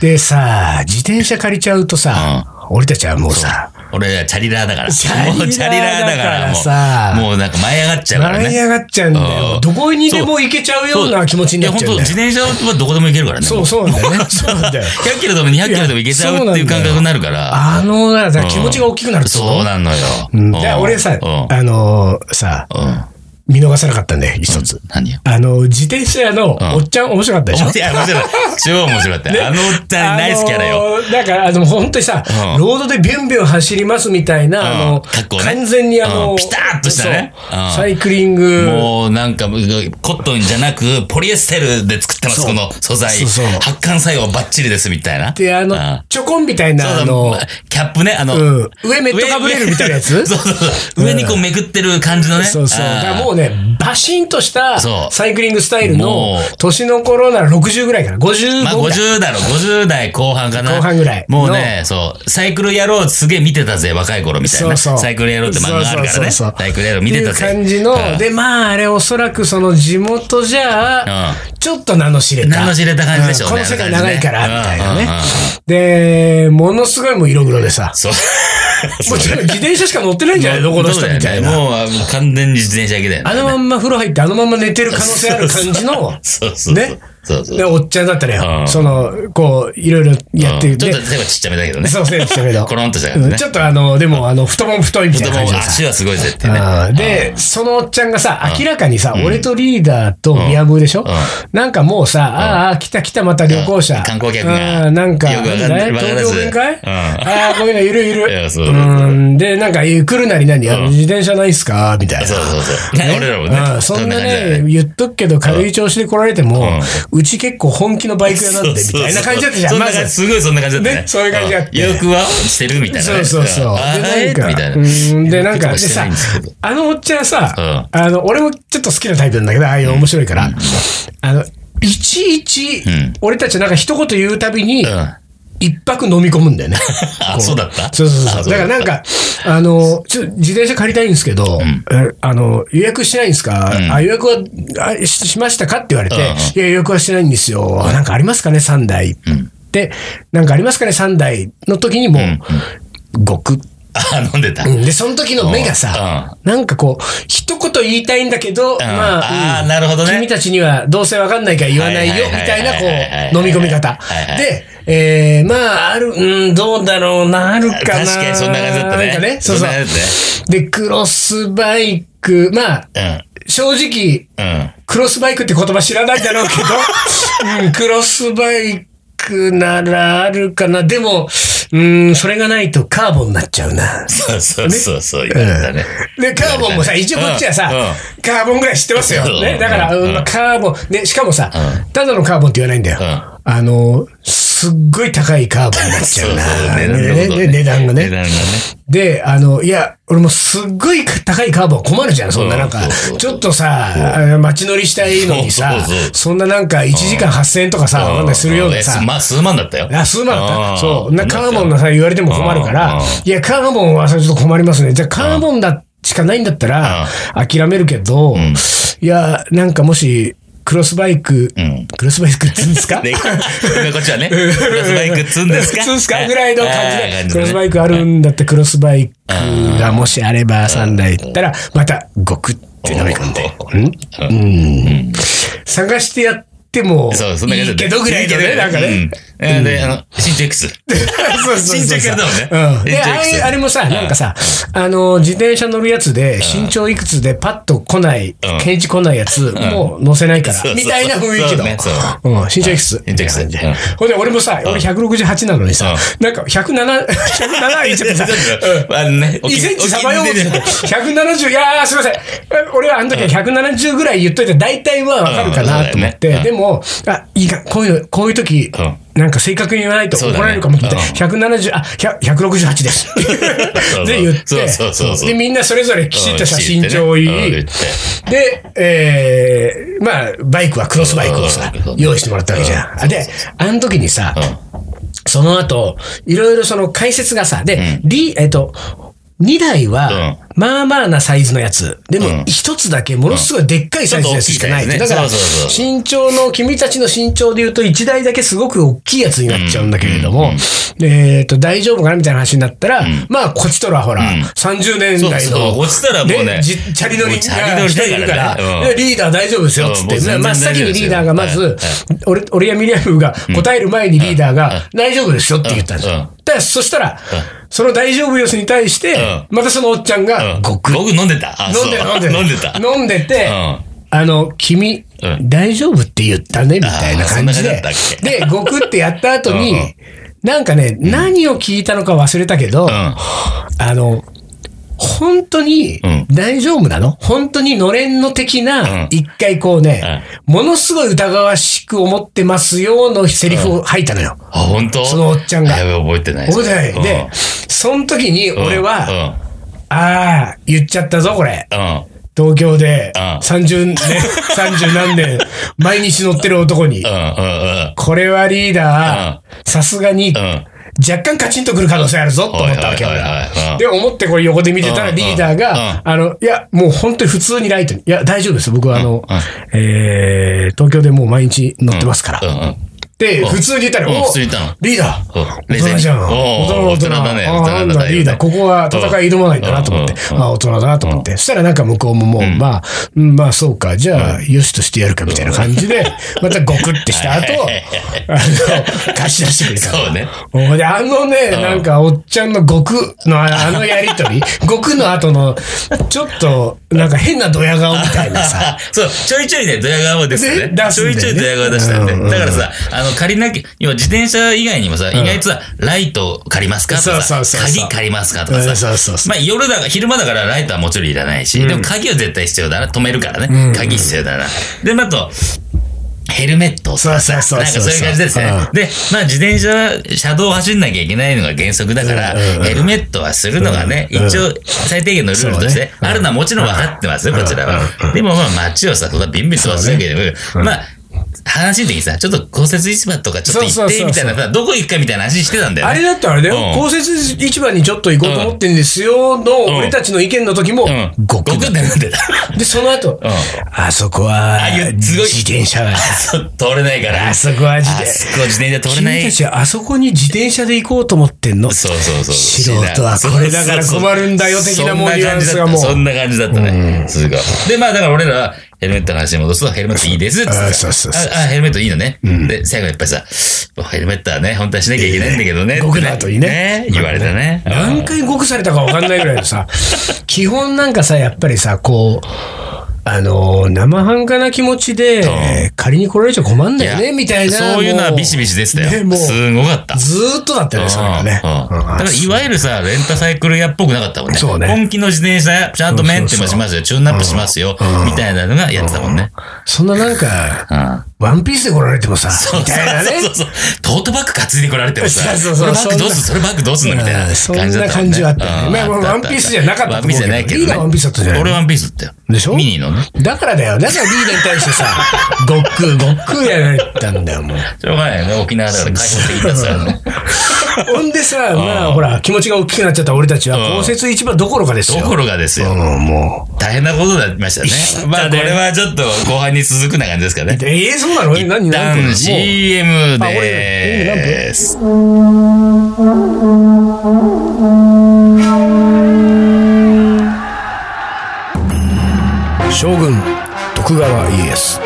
[SPEAKER 1] でさ、自転車借りちゃうとさ、俺たちはもうさ、
[SPEAKER 2] 俺はチャリラーだから。
[SPEAKER 1] チャリラーだから
[SPEAKER 2] もうチャリラーだから、もう。
[SPEAKER 1] さ
[SPEAKER 2] もうなんか舞い上がっちゃうから
[SPEAKER 1] 笑い上
[SPEAKER 2] ね。
[SPEAKER 1] がっちゃうんだよ
[SPEAKER 2] う。ん
[SPEAKER 1] どこにでも行けちゃうような気持ちになっちゃう
[SPEAKER 2] い
[SPEAKER 1] ん
[SPEAKER 2] や、
[SPEAKER 1] だ
[SPEAKER 2] 本
[SPEAKER 1] よ。
[SPEAKER 2] 当自転車はどこでも行けるからね。
[SPEAKER 1] そう
[SPEAKER 2] も
[SPEAKER 1] そうなんだよ ね。そうなんだよ。
[SPEAKER 2] 100キロでも200キロでも行けちゃうっていう感覚になるから。
[SPEAKER 1] あの、だから気持ちが大きくなるってこと
[SPEAKER 2] そうなのよ。
[SPEAKER 1] うん
[SPEAKER 2] う
[SPEAKER 1] だ
[SPEAKER 2] ん
[SPEAKER 1] から俺さ、
[SPEAKER 2] う
[SPEAKER 1] あの、さ、
[SPEAKER 2] ん。うん。
[SPEAKER 1] 見逃さなかったんだよ、一つ。
[SPEAKER 2] 何よ。
[SPEAKER 1] あの、自転車屋のおっちゃん面白かったでしょ
[SPEAKER 2] いや、面白い。超面白かったよ。あのおっちゃん、ナイスキャラよ。
[SPEAKER 1] あのー。だから、あの、本当にさ、
[SPEAKER 2] うん
[SPEAKER 1] ロードでビュンビュン走りますみたいな、
[SPEAKER 2] ん
[SPEAKER 1] あの、
[SPEAKER 2] 格好ね
[SPEAKER 1] 完全にあのー、
[SPEAKER 2] うんピタッとしたね
[SPEAKER 1] そう
[SPEAKER 2] うん
[SPEAKER 1] サイクリング。
[SPEAKER 2] もうなんか、コットンじゃなく、ポリエステルで作ってます、
[SPEAKER 1] そう
[SPEAKER 2] この素材。
[SPEAKER 1] そうそう
[SPEAKER 2] 発汗作用バッチリです、みたいな。
[SPEAKER 1] で、あの
[SPEAKER 2] うん、
[SPEAKER 1] チョコンみたい
[SPEAKER 2] そう
[SPEAKER 1] な、
[SPEAKER 2] そ
[SPEAKER 1] あ
[SPEAKER 2] う
[SPEAKER 1] の、
[SPEAKER 2] キャップね、あの、
[SPEAKER 1] うん、上メットかぶれるみたいなやつ
[SPEAKER 2] そうそうそう。上にこうめくってる感じのね。
[SPEAKER 1] そうそう。
[SPEAKER 2] あ
[SPEAKER 1] だ
[SPEAKER 2] ー
[SPEAKER 1] からもうね、バシンとした
[SPEAKER 2] そう
[SPEAKER 1] サイクリングスタイルの
[SPEAKER 2] もう、
[SPEAKER 1] 年の頃なら60ぐらいかな。55ぐ
[SPEAKER 2] まあ
[SPEAKER 1] らい。
[SPEAKER 2] 50だろ、50代後半かな。
[SPEAKER 1] 後半ぐらい
[SPEAKER 2] もうね、そう、サイクル野郎すげえ見てたぜ、若い頃みたいな。サイクル野郎って漫画あるから
[SPEAKER 1] そ
[SPEAKER 2] ね。
[SPEAKER 1] うそうそうそう
[SPEAKER 2] サイクル野郎見てたぜ。
[SPEAKER 1] っていう感じ
[SPEAKER 2] う
[SPEAKER 1] の、
[SPEAKER 2] ん
[SPEAKER 1] で、まあ、あれおそらくその地元じゃ、
[SPEAKER 2] う
[SPEAKER 1] ちょっと名の知れた。
[SPEAKER 2] 名の知れた感じでしょうね
[SPEAKER 1] うんこの世界長いから、
[SPEAKER 2] あ
[SPEAKER 1] み
[SPEAKER 2] の
[SPEAKER 1] た
[SPEAKER 2] 感
[SPEAKER 1] い
[SPEAKER 2] じね
[SPEAKER 1] な
[SPEAKER 2] うん
[SPEAKER 1] ね
[SPEAKER 2] うんうん。
[SPEAKER 1] で、ものすごいもう色黒でさ、
[SPEAKER 2] そう。
[SPEAKER 1] もうちょっと自転車しか乗ってないんじゃない のこの人みたい
[SPEAKER 2] そうだよ
[SPEAKER 1] な。
[SPEAKER 2] ねもうあ完全に自転車だけだよね。
[SPEAKER 1] あのまんま風呂入って、あのまんま寝てる可能性ある感じの、
[SPEAKER 2] そうそうそう。
[SPEAKER 1] ね
[SPEAKER 2] そうそう
[SPEAKER 1] で、おっちゃんだったの
[SPEAKER 2] う
[SPEAKER 1] よ。
[SPEAKER 2] ん
[SPEAKER 1] その、こう、いろいろやって
[SPEAKER 2] う
[SPEAKER 1] る
[SPEAKER 2] んちょ
[SPEAKER 1] ね
[SPEAKER 2] っと。背がちっちゃめだけどね。
[SPEAKER 1] そう、そうでしたけど。
[SPEAKER 2] コロンとした感じね
[SPEAKER 1] うんちょっとあの、でも、あの、太もも太いみたい
[SPEAKER 2] で
[SPEAKER 1] な感
[SPEAKER 2] も
[SPEAKER 1] じでさ。
[SPEAKER 2] 足はすごいぜっていうね。
[SPEAKER 1] あーで、そのおっちゃんがさ、明らかにさ、俺とリーダーと宮部でしょ、
[SPEAKER 2] ん
[SPEAKER 1] なんかもうさ、あーあー、来た来たまた旅行者。
[SPEAKER 2] うん観光客が
[SPEAKER 1] あーなんか、
[SPEAKER 2] よくわかんな
[SPEAKER 1] ね
[SPEAKER 2] いわからず
[SPEAKER 1] 東京弁かい、
[SPEAKER 2] うん
[SPEAKER 1] ああ、こういうのいるいる。
[SPEAKER 2] いやそうそう
[SPEAKER 1] う
[SPEAKER 2] そうん
[SPEAKER 1] で、なんか、え来るなり何、あの自転車ないっすかみたいな。
[SPEAKER 2] そうそうそう。ね俺らも
[SPEAKER 1] う
[SPEAKER 2] ね。
[SPEAKER 1] んそんな
[SPEAKER 2] 感じだよ
[SPEAKER 1] ね、。言っとくけど、軽い調子で来られても、うち結構本気のバイク屋なんで、
[SPEAKER 2] そう
[SPEAKER 1] みた
[SPEAKER 2] そうそう
[SPEAKER 1] いな感じだったじゃん。
[SPEAKER 2] そんな
[SPEAKER 1] ま
[SPEAKER 2] 感じ、
[SPEAKER 1] ず
[SPEAKER 2] すごいそんな感じだった
[SPEAKER 1] ね
[SPEAKER 2] ね。
[SPEAKER 1] そういう感じだった
[SPEAKER 2] んよくはしてるみたいな
[SPEAKER 1] そ
[SPEAKER 2] ね。
[SPEAKER 1] うそうそう。
[SPEAKER 2] んあー
[SPEAKER 1] で、なん
[SPEAKER 2] えー
[SPEAKER 1] か、
[SPEAKER 2] みたいな。
[SPEAKER 1] うん、で、なんか、
[SPEAKER 2] よ
[SPEAKER 1] で
[SPEAKER 2] くしてな
[SPEAKER 1] さ
[SPEAKER 2] いんですけど、
[SPEAKER 1] あのおっちゃんさ、あの、俺もちょっと好きなタイプなんだけど、ああいう面白いから、あの、いちいち
[SPEAKER 2] ん、
[SPEAKER 1] 俺たちなんか一言言うたびに
[SPEAKER 2] う、ん
[SPEAKER 1] 一泊飲み込むんだよね。
[SPEAKER 2] あ、そうだった
[SPEAKER 1] そうそうそう。
[SPEAKER 2] あ
[SPEAKER 1] だからなん
[SPEAKER 2] った
[SPEAKER 1] か、あの、ちょっと自転車借りたいんですけど、えあの、予約してないんですか、あ予約はあししましたかって言われて、
[SPEAKER 2] うんうん
[SPEAKER 1] いや、予約はしてないんですよ。なんかありますかね、3台。で、なんかありますかね、3台の時にもう、ごく
[SPEAKER 2] あ、飲んでた。
[SPEAKER 1] うんで、その時の目がさ、なんかこう、一言言いたいんだけど、まあ、
[SPEAKER 2] あー
[SPEAKER 1] うん
[SPEAKER 2] なるほどね
[SPEAKER 1] 君たちにはどうせわかんないから言わないよ、
[SPEAKER 2] は
[SPEAKER 1] み
[SPEAKER 2] いはいはい
[SPEAKER 1] たい
[SPEAKER 2] はいはい
[SPEAKER 1] な、
[SPEAKER 2] はい
[SPEAKER 1] こう、飲み込み方
[SPEAKER 2] はいは。い
[SPEAKER 1] で、えー、まあ、ある、うん、どうだろうな、あるかな。
[SPEAKER 2] 確かにそんな感じだったね
[SPEAKER 1] なんかね、そうそ
[SPEAKER 2] そんな感じだ
[SPEAKER 1] う。で、クロスバイク、まあ、正直、
[SPEAKER 2] うん。うん。
[SPEAKER 1] クロスバイクって言葉知らないだろうけ ど、うん、クロスバイクならあるかな。でも、うん、それがないとカーボンになっちゃうな。
[SPEAKER 2] そうそうそう、そう言われたね。
[SPEAKER 1] で、カーボンもさ、
[SPEAKER 2] うん
[SPEAKER 1] 一応こっちはさ、
[SPEAKER 2] う
[SPEAKER 1] カーボンぐらい知ってますよ。
[SPEAKER 2] うん
[SPEAKER 1] ね、だから、
[SPEAKER 2] うん
[SPEAKER 1] うんまあカーボン、で、しかもさ、
[SPEAKER 2] う
[SPEAKER 1] ただのカーボンって言わないんだよ。
[SPEAKER 2] うん
[SPEAKER 1] あの、すっごい高いカーボンになっちゃうな。
[SPEAKER 2] そうそう値段のこと
[SPEAKER 1] ねね
[SPEAKER 2] ね
[SPEAKER 1] 値段が
[SPEAKER 2] 値
[SPEAKER 1] ね。
[SPEAKER 2] 段がね。
[SPEAKER 1] で、あの、いや、俺もすっごい高いカーボン困るじゃん、そんななんか
[SPEAKER 2] うんそうそうそ。う
[SPEAKER 1] ちょっとさ、あの街乗りしたいのにさ
[SPEAKER 2] そうそうそ、う
[SPEAKER 1] そんななんか1時間8000円とかさ、わかんないするようなさ
[SPEAKER 2] んえす。まあ、数万だったよ。
[SPEAKER 1] あ、数万だった
[SPEAKER 2] ん
[SPEAKER 1] そう。な、カーボンのさ、言われても困るから
[SPEAKER 2] うん、
[SPEAKER 1] いや、カーボンはそれちょっと困りますね。じゃあカーボンだ、しかないんだったら、諦めるけど、いや、なんかもし、クロスバイク、
[SPEAKER 2] ん
[SPEAKER 1] クロスバイクって言うんですか
[SPEAKER 2] で、こっちはね、クロスバイク積ん ですか
[SPEAKER 1] 積んですかぐらいの感
[SPEAKER 2] あー
[SPEAKER 1] じで。
[SPEAKER 2] ね
[SPEAKER 1] クロスバイクあるんだって、クロスバイクがもしあれば3台行ったら、また、ごくって飲み込んで。うん探してやっても
[SPEAKER 2] そう、そんない感じ
[SPEAKER 1] いけどぐらいの
[SPEAKER 2] い
[SPEAKER 1] ね、
[SPEAKER 2] けど
[SPEAKER 1] なんかね。
[SPEAKER 2] えーで、あの、新着 X。
[SPEAKER 1] そうそうそう
[SPEAKER 2] 新着だもんね。
[SPEAKER 1] うん。
[SPEAKER 2] 新
[SPEAKER 1] で、
[SPEAKER 2] 着
[SPEAKER 1] あ
[SPEAKER 2] X
[SPEAKER 1] れあれもさ、なんかさ、あの、自転車乗るやつで、身長いくつでパッと来ない、
[SPEAKER 2] うん
[SPEAKER 1] ケージ来ないやつ、もう乗せないか
[SPEAKER 2] そうそう
[SPEAKER 1] ら、
[SPEAKER 2] そう
[SPEAKER 1] みたいな雰囲気
[SPEAKER 2] そうねそう
[SPEAKER 1] の。うん、身長いくつ
[SPEAKER 2] 身長いくつ
[SPEAKER 1] みたいな感じ
[SPEAKER 2] う
[SPEAKER 1] ほんで、俺もさ、俺168なのにさ、なんか107、107いっちゃってさ、
[SPEAKER 2] あのね、
[SPEAKER 1] 2センチさばよう
[SPEAKER 2] お
[SPEAKER 1] と
[SPEAKER 2] 気に
[SPEAKER 1] し
[SPEAKER 2] 入
[SPEAKER 1] て
[SPEAKER 2] り
[SPEAKER 1] て、
[SPEAKER 2] で
[SPEAKER 1] 170、いやーすいません。俺はあの時は170ぐらい言っといて、大体はわかるかなと思っ
[SPEAKER 2] うん
[SPEAKER 1] て、
[SPEAKER 2] うん
[SPEAKER 1] でも、あ、いいか、こういう、こういう時、
[SPEAKER 2] う
[SPEAKER 1] なんか正確に言わないと
[SPEAKER 2] そう
[SPEAKER 1] 怒
[SPEAKER 2] だね
[SPEAKER 1] られるかもと思って、
[SPEAKER 2] う
[SPEAKER 1] 170、あ、100 168です。
[SPEAKER 2] そう
[SPEAKER 1] で、言っ
[SPEAKER 2] そうそうそう
[SPEAKER 1] て、
[SPEAKER 2] そう
[SPEAKER 1] で、みんなそれぞれきちっとした
[SPEAKER 2] うん
[SPEAKER 1] 身長を言
[SPEAKER 2] うん
[SPEAKER 1] い、
[SPEAKER 2] 言って
[SPEAKER 1] で、えーまあ、バイクはクロスバイクをさ
[SPEAKER 2] うん、
[SPEAKER 1] 用意してもらったわけじゃん。で、あの時にさ、
[SPEAKER 2] うん
[SPEAKER 1] その後、いろいろその解説がさ、で、
[SPEAKER 2] う
[SPEAKER 1] リ、えっと、2台は、まあまあなサイズのやつ。でも
[SPEAKER 2] うん、
[SPEAKER 1] 1つだけものすごいでっかいサイズのやつしかない。
[SPEAKER 2] うんちょっと
[SPEAKER 1] だから
[SPEAKER 2] 大きいサイズねそう、そ
[SPEAKER 1] 身長の、君たちの身長で言うと、1台だけすごく大きいやつになっちゃうんだけれど
[SPEAKER 2] うんう
[SPEAKER 1] も
[SPEAKER 2] ん、
[SPEAKER 1] えっと、大丈夫かなみたいな話になったら
[SPEAKER 2] ん、
[SPEAKER 1] まあ、こちとらほら
[SPEAKER 2] うん、
[SPEAKER 1] 30年
[SPEAKER 2] そう
[SPEAKER 1] 代
[SPEAKER 2] そう
[SPEAKER 1] の。
[SPEAKER 2] 落ちたらもうね
[SPEAKER 1] じチャリ乗り
[SPEAKER 2] もう
[SPEAKER 1] が
[SPEAKER 2] チャリ乗りだからね
[SPEAKER 1] しているから
[SPEAKER 2] うん
[SPEAKER 1] でリーダー大丈夫ですよ、つっ
[SPEAKER 2] う
[SPEAKER 1] て。
[SPEAKER 2] んもう全然
[SPEAKER 1] 真っ先にリーダーがま
[SPEAKER 2] 大丈
[SPEAKER 1] ず
[SPEAKER 2] 夫ですよはいはい、
[SPEAKER 1] 俺、俺やミリアムが答える前にリーダーが、大丈夫ですよって言ったんですよ。
[SPEAKER 2] うん
[SPEAKER 1] だからそしたら、その大丈夫よすに対して、
[SPEAKER 2] う
[SPEAKER 1] またそのおっちゃんが、
[SPEAKER 2] ごく。僕飲んでた。あ
[SPEAKER 1] 飲んで
[SPEAKER 2] そう
[SPEAKER 1] る飲んでる
[SPEAKER 2] 飲んでた。
[SPEAKER 1] 飲んでて、
[SPEAKER 2] うん
[SPEAKER 1] あの、君、
[SPEAKER 2] うん
[SPEAKER 1] 大丈夫って言ったね、みたいな感じ
[SPEAKER 2] あーそんな感じだ
[SPEAKER 1] で
[SPEAKER 2] ったっ。け
[SPEAKER 1] で、ごくってやった後に、
[SPEAKER 2] うんうん
[SPEAKER 1] なんかね、何を聞いたのか忘れたけど、
[SPEAKER 2] うん。
[SPEAKER 1] あの、本当に
[SPEAKER 2] うん
[SPEAKER 1] 大丈夫なの、本当にのれんの的
[SPEAKER 2] う
[SPEAKER 1] な、
[SPEAKER 2] ん
[SPEAKER 1] 一回こうね、ものすごい疑わしく思ってますよのセリフを吐いたのよ。
[SPEAKER 2] あ、本当
[SPEAKER 1] そのおっちゃんが
[SPEAKER 2] やべ、覚えてない。
[SPEAKER 1] 覚えてない。
[SPEAKER 2] う
[SPEAKER 1] で
[SPEAKER 2] ん、
[SPEAKER 1] その時に俺は、
[SPEAKER 2] うん
[SPEAKER 1] ああ、言っちゃったぞ、これ。
[SPEAKER 2] うん。
[SPEAKER 1] 東京で
[SPEAKER 2] うん
[SPEAKER 1] 30年、30何年、毎日乗ってる男に
[SPEAKER 2] う。ん。うん。
[SPEAKER 1] これはリー
[SPEAKER 2] うん
[SPEAKER 1] ダー、さすがに
[SPEAKER 2] うん。うん。
[SPEAKER 1] 若干カチンとくる可能性あるぞと思ったわけよ。
[SPEAKER 2] はい
[SPEAKER 1] 俺
[SPEAKER 2] はいは
[SPEAKER 1] は
[SPEAKER 2] いはいうん
[SPEAKER 1] で、思ってこれ横で見てたら
[SPEAKER 2] うん
[SPEAKER 1] リーダーが、あの、いや、もう本当に普通にライトに。いや、大丈夫です。僕はあの、えー東京でもう毎日乗ってますから。
[SPEAKER 2] うんうん。
[SPEAKER 1] で、
[SPEAKER 2] ん
[SPEAKER 1] 普通に言ったら、
[SPEAKER 2] うん
[SPEAKER 1] お
[SPEAKER 2] 普通に言ったの
[SPEAKER 1] リーダ
[SPEAKER 2] うん
[SPEAKER 1] ー、大人じゃん。大
[SPEAKER 2] 冷静に
[SPEAKER 1] 人
[SPEAKER 2] おう
[SPEAKER 1] 大人。
[SPEAKER 2] 大人だね
[SPEAKER 1] ああ
[SPEAKER 2] 大人だ
[SPEAKER 1] な
[SPEAKER 2] ね
[SPEAKER 1] んだ、リーダー。ここは戦い挑まないんだなと思って。
[SPEAKER 2] うん
[SPEAKER 1] ああ、大人だなと思って。そしたらなんか向こうももう、まあ、うんまあそうか、じゃあ、よしとしてやるかみたいな感じで、またゴクってした 後、あの、貸し出してくれた。
[SPEAKER 2] そうね。
[SPEAKER 1] おで、あのね、なんか、おっちゃんの極のああのやりと り、極の後の、ちょっと、なんか変なドヤ顔みたいな さ。
[SPEAKER 2] あそう、ちょいちょいね、ドヤ顔ですよね
[SPEAKER 1] ね。出
[SPEAKER 2] ち
[SPEAKER 1] す
[SPEAKER 2] ょ
[SPEAKER 1] んだよね
[SPEAKER 2] いちょいドヤ顔出したんで。
[SPEAKER 1] うんうんうん
[SPEAKER 2] だからさ、あの、借りなきゃ、要は自転車以外にもさ、意外とさ、ライト借りますかとか
[SPEAKER 1] そ
[SPEAKER 2] さ
[SPEAKER 1] うそう、そうそう
[SPEAKER 2] 鍵借りますかと
[SPEAKER 1] う
[SPEAKER 2] か
[SPEAKER 1] んそう
[SPEAKER 2] さ、
[SPEAKER 1] そうそう。
[SPEAKER 2] まあ夜だから、昼間だからライトはもちろんいらないし、でも鍵は絶対必要だな。止めるから
[SPEAKER 1] んう
[SPEAKER 2] ね
[SPEAKER 1] ん。
[SPEAKER 2] 鍵必要だな。で、あと、ヘルメットとかさ、なんか
[SPEAKER 1] そ
[SPEAKER 2] そう
[SPEAKER 1] そうそうそ
[SPEAKER 2] う
[SPEAKER 1] う
[SPEAKER 2] いう感じですね
[SPEAKER 1] うん。
[SPEAKER 2] で、まあ自転車、車道を走んなきゃいけないのが原則だから、
[SPEAKER 1] うんうんうん
[SPEAKER 2] ヘルメットはするのがね、
[SPEAKER 1] うん
[SPEAKER 2] 一応最低限のルールとして
[SPEAKER 1] そうね
[SPEAKER 2] あるのはもちろん分かってますよ、こちらは。でもまあ街をさ、そんなビンビン飛ばすわけでも、まあ、話の時にさ、ちょっと公設市場とかちょっと行
[SPEAKER 1] そうそうそう
[SPEAKER 2] って
[SPEAKER 1] そう
[SPEAKER 2] みたいなさ、どこ行くかみたいな話してたんだよ
[SPEAKER 1] あ
[SPEAKER 2] ね。
[SPEAKER 1] れだってあれだよ、
[SPEAKER 2] うん
[SPEAKER 1] 公設市場にちょっと行こうと思ってんですよ、の、
[SPEAKER 2] ん
[SPEAKER 1] 俺たちの意見の時も、
[SPEAKER 2] うん。
[SPEAKER 1] 極
[SPEAKER 2] 極ってなってた。
[SPEAKER 1] で、その後、
[SPEAKER 2] ん
[SPEAKER 1] あそこは
[SPEAKER 2] あいや、
[SPEAKER 1] 自
[SPEAKER 2] すごい
[SPEAKER 1] 転車 が、
[SPEAKER 2] そう通れないから。
[SPEAKER 1] あそこは自
[SPEAKER 2] あ
[SPEAKER 1] 転
[SPEAKER 2] そこ自転車通れ
[SPEAKER 1] 君
[SPEAKER 2] ない
[SPEAKER 1] た。ちはあそこに自転車で行こうと思ってんの
[SPEAKER 2] そうそうそう。
[SPEAKER 1] 素人はこれだから困るんだよ的なもん
[SPEAKER 2] そん
[SPEAKER 1] ニュア
[SPEAKER 2] 感
[SPEAKER 1] ン
[SPEAKER 2] じ
[SPEAKER 1] スが
[SPEAKER 2] だった。
[SPEAKER 1] もう
[SPEAKER 2] そんな感じだったね。すごい。で、まあだから俺らはヘルメットの話に戻すと、ヘルメットいいですっつって。
[SPEAKER 1] あそうそうそう
[SPEAKER 2] ああヘルメットいいのね。で、最後やっぱりさ、ヘルメットはね、本当はしなきゃいけないんだけどね。
[SPEAKER 1] 僕の後にね
[SPEAKER 2] 言われたね。
[SPEAKER 1] 何回ごくされたか分かんないぐらいの さ、基本なんかさ、やっぱりさ、こう、あのー生半可な気持ちで、仮に来られちゃ困んだよ
[SPEAKER 2] い
[SPEAKER 1] ね、
[SPEAKER 2] や
[SPEAKER 1] みたいな。
[SPEAKER 2] そういうのは
[SPEAKER 1] も
[SPEAKER 2] ビシビシでした
[SPEAKER 1] ね
[SPEAKER 2] よ。
[SPEAKER 1] もう、
[SPEAKER 2] すごかった。
[SPEAKER 1] ずーっとだったよね、それがね。
[SPEAKER 2] うんうんだから、い
[SPEAKER 1] わ
[SPEAKER 2] わゆるさ、レンタサイクル屋っぽくなかったもんね。
[SPEAKER 1] そうね
[SPEAKER 2] 本気の自転車、ちゃんとメンテもしますよ、チューンアップしますよ、みたいなのがやってたもんね。
[SPEAKER 1] そんななんか、
[SPEAKER 2] うん。
[SPEAKER 1] ワンピースで来られてもさ、みたいなね。
[SPEAKER 2] そうそうそう。トートバッグ担いでこられてもさ、
[SPEAKER 1] そうそうそう
[SPEAKER 2] それバッグどうするそれバッグどうすんのみたいな
[SPEAKER 1] うん
[SPEAKER 2] 感じ
[SPEAKER 1] そん
[SPEAKER 2] だったもんね。
[SPEAKER 1] な感じはあったよね
[SPEAKER 2] うん
[SPEAKER 1] まあ
[SPEAKER 2] った
[SPEAKER 1] ワンピースじゃなかったと思うけど
[SPEAKER 2] ワンピースじゃないけど、ね。
[SPEAKER 1] リーダーはワンピースだったじゃない
[SPEAKER 2] 俺ワンピースだったよ。
[SPEAKER 1] でしょ
[SPEAKER 2] ミニのね。
[SPEAKER 1] だからだよ。だからリーダーに対して さ、ごっくん、ごっくんやられたんだよ、もう。
[SPEAKER 2] しょうがないよね。沖縄だから開放的ださ。
[SPEAKER 1] ほんでさ、まあ、ほら、気持ちが大きくなっちゃった俺たちは、
[SPEAKER 2] うん
[SPEAKER 1] 公設市場どころかです
[SPEAKER 2] と
[SPEAKER 1] よ。
[SPEAKER 2] ころがです
[SPEAKER 1] う
[SPEAKER 2] よ。
[SPEAKER 1] ん、もう。
[SPEAKER 2] 大変なことになりましたね。まあ、これはちょっと後半に続くな感じですかね。
[SPEAKER 1] ええそうなのえ何何
[SPEAKER 2] 一旦
[SPEAKER 1] も
[SPEAKER 2] CM
[SPEAKER 1] あ俺何分
[SPEAKER 2] です。
[SPEAKER 1] う将軍徳川家康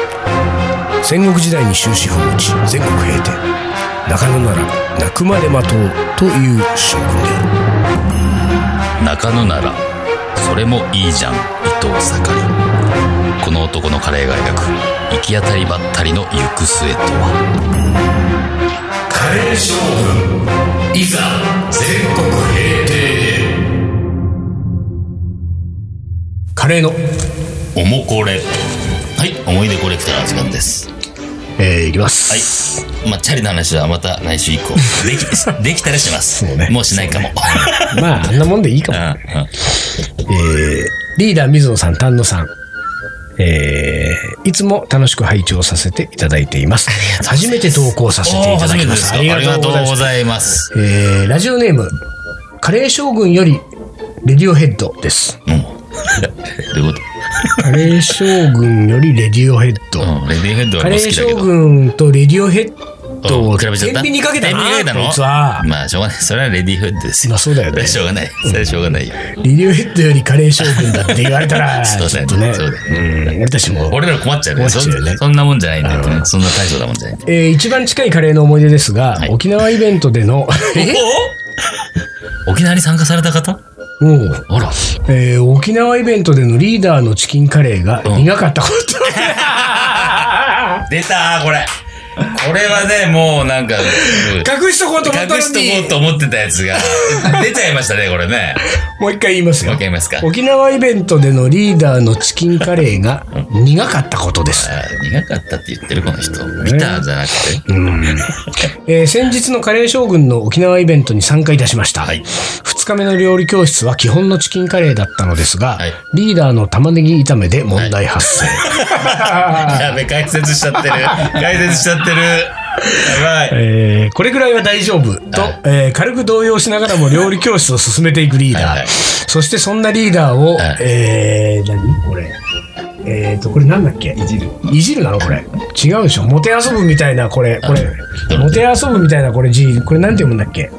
[SPEAKER 1] 戦国時代に終止符を打ち全国平定中野なら泣くまで待とうという新聞である
[SPEAKER 2] 中野ならそれもいいじゃん伊藤盛りこの男のカレーが描く行き当たりばったりの行く末とは
[SPEAKER 1] カレー将軍いざ全国平定カレーの、
[SPEAKER 2] おもこれはい思い出コレクターの時間です
[SPEAKER 1] えー、いきま
[SPEAKER 2] はい
[SPEAKER 1] す、。
[SPEAKER 2] まあ、チャリの話はまた来週以降。 でき、できたらします。
[SPEAKER 1] そう ね
[SPEAKER 2] もうしないかも。
[SPEAKER 1] まああんなもんでいいか
[SPEAKER 2] う
[SPEAKER 1] も
[SPEAKER 2] ん、 うん
[SPEAKER 1] えーリーダー水野さん丹野さんえーいつも楽しく拝聴させていただいています。初めて投稿させていただきました。
[SPEAKER 2] おー初めてですかありがとうございます。
[SPEAKER 1] えーラジオネーム、カレー将軍より、レディオヘッドです。
[SPEAKER 2] うん。どういうこ
[SPEAKER 1] カレー将軍よりレディオヘッド。
[SPEAKER 2] とうん、レディーヘッドは
[SPEAKER 1] カ
[SPEAKER 2] もう
[SPEAKER 1] レ
[SPEAKER 2] 好
[SPEAKER 1] ー
[SPEAKER 2] きだけ
[SPEAKER 1] 将
[SPEAKER 2] ど。
[SPEAKER 1] 軍とレディオヘッド
[SPEAKER 2] う
[SPEAKER 1] を
[SPEAKER 2] ん比べちゃっ
[SPEAKER 1] 天
[SPEAKER 2] た
[SPEAKER 1] 秤にかけたな。
[SPEAKER 2] 天秤にかけたの
[SPEAKER 1] こいつは。
[SPEAKER 2] まあ、しょうがない。それはレディーヘッドです
[SPEAKER 1] まあそうだよ
[SPEAKER 2] そ
[SPEAKER 1] ね
[SPEAKER 2] れは。しょうがない。それはしょうがないよ。
[SPEAKER 1] レディオヘッドよりカレー将軍だって言われたら、
[SPEAKER 2] そう
[SPEAKER 1] ち
[SPEAKER 2] だ
[SPEAKER 1] ょ
[SPEAKER 2] よ
[SPEAKER 1] っ
[SPEAKER 2] ね
[SPEAKER 1] とね、
[SPEAKER 2] そうだ
[SPEAKER 1] うん俺たちも。
[SPEAKER 2] 俺ら困っちゃうね。
[SPEAKER 1] 困っ
[SPEAKER 2] そ
[SPEAKER 1] ちゃうよね
[SPEAKER 2] んそんなもんじゃないんだよね。そんな大層なもんじゃない。
[SPEAKER 1] えー一番近いカレーの思い出ですが、
[SPEAKER 2] はい
[SPEAKER 1] 沖縄イベントで の、
[SPEAKER 2] おお沖縄に参加された方
[SPEAKER 1] もう
[SPEAKER 2] あら。
[SPEAKER 1] えー沖縄イベントでのリーダーのチキンカレーが
[SPEAKER 2] うん
[SPEAKER 1] 苦かった こと、
[SPEAKER 2] 出たーこれ。これはね、も うなんか、うん
[SPEAKER 1] 隠しとこうと思ったの
[SPEAKER 2] 隠
[SPEAKER 1] に
[SPEAKER 2] しとこうと思ってたや つが、出ちゃいましたね、これね。
[SPEAKER 1] もう一回言いますよ
[SPEAKER 2] もう一回言いますか
[SPEAKER 1] 沖縄イベントでのリーダーのチキンカレーが苦かったことです、
[SPEAKER 2] あー苦かったって言ってる、この人。ビターじゃなくて。
[SPEAKER 1] えー先日のカレー将軍の沖縄イベントに参加いたしました、
[SPEAKER 2] はい
[SPEAKER 1] 2日目の料理教室は基本のチキンカレーだったのですが、
[SPEAKER 2] はい
[SPEAKER 1] リーダーの玉ねぎ炒めで問題発生、
[SPEAKER 2] やべ、解説しちゃってる。解説しちゃってる。やばい。
[SPEAKER 1] えーこれぐらいは大丈夫と、
[SPEAKER 2] はい
[SPEAKER 1] えー軽く動揺しながらも料理教室を進めていくリーダー、
[SPEAKER 2] はいはい
[SPEAKER 1] そしてそんなリーダーを、
[SPEAKER 2] はい
[SPEAKER 1] えー何これえーとこれなんだっけいじるいじるなのこれ違うでしょもてあそぶみたいなこれこれもてあそぶみたいなこれ字これなんて読むんだっけ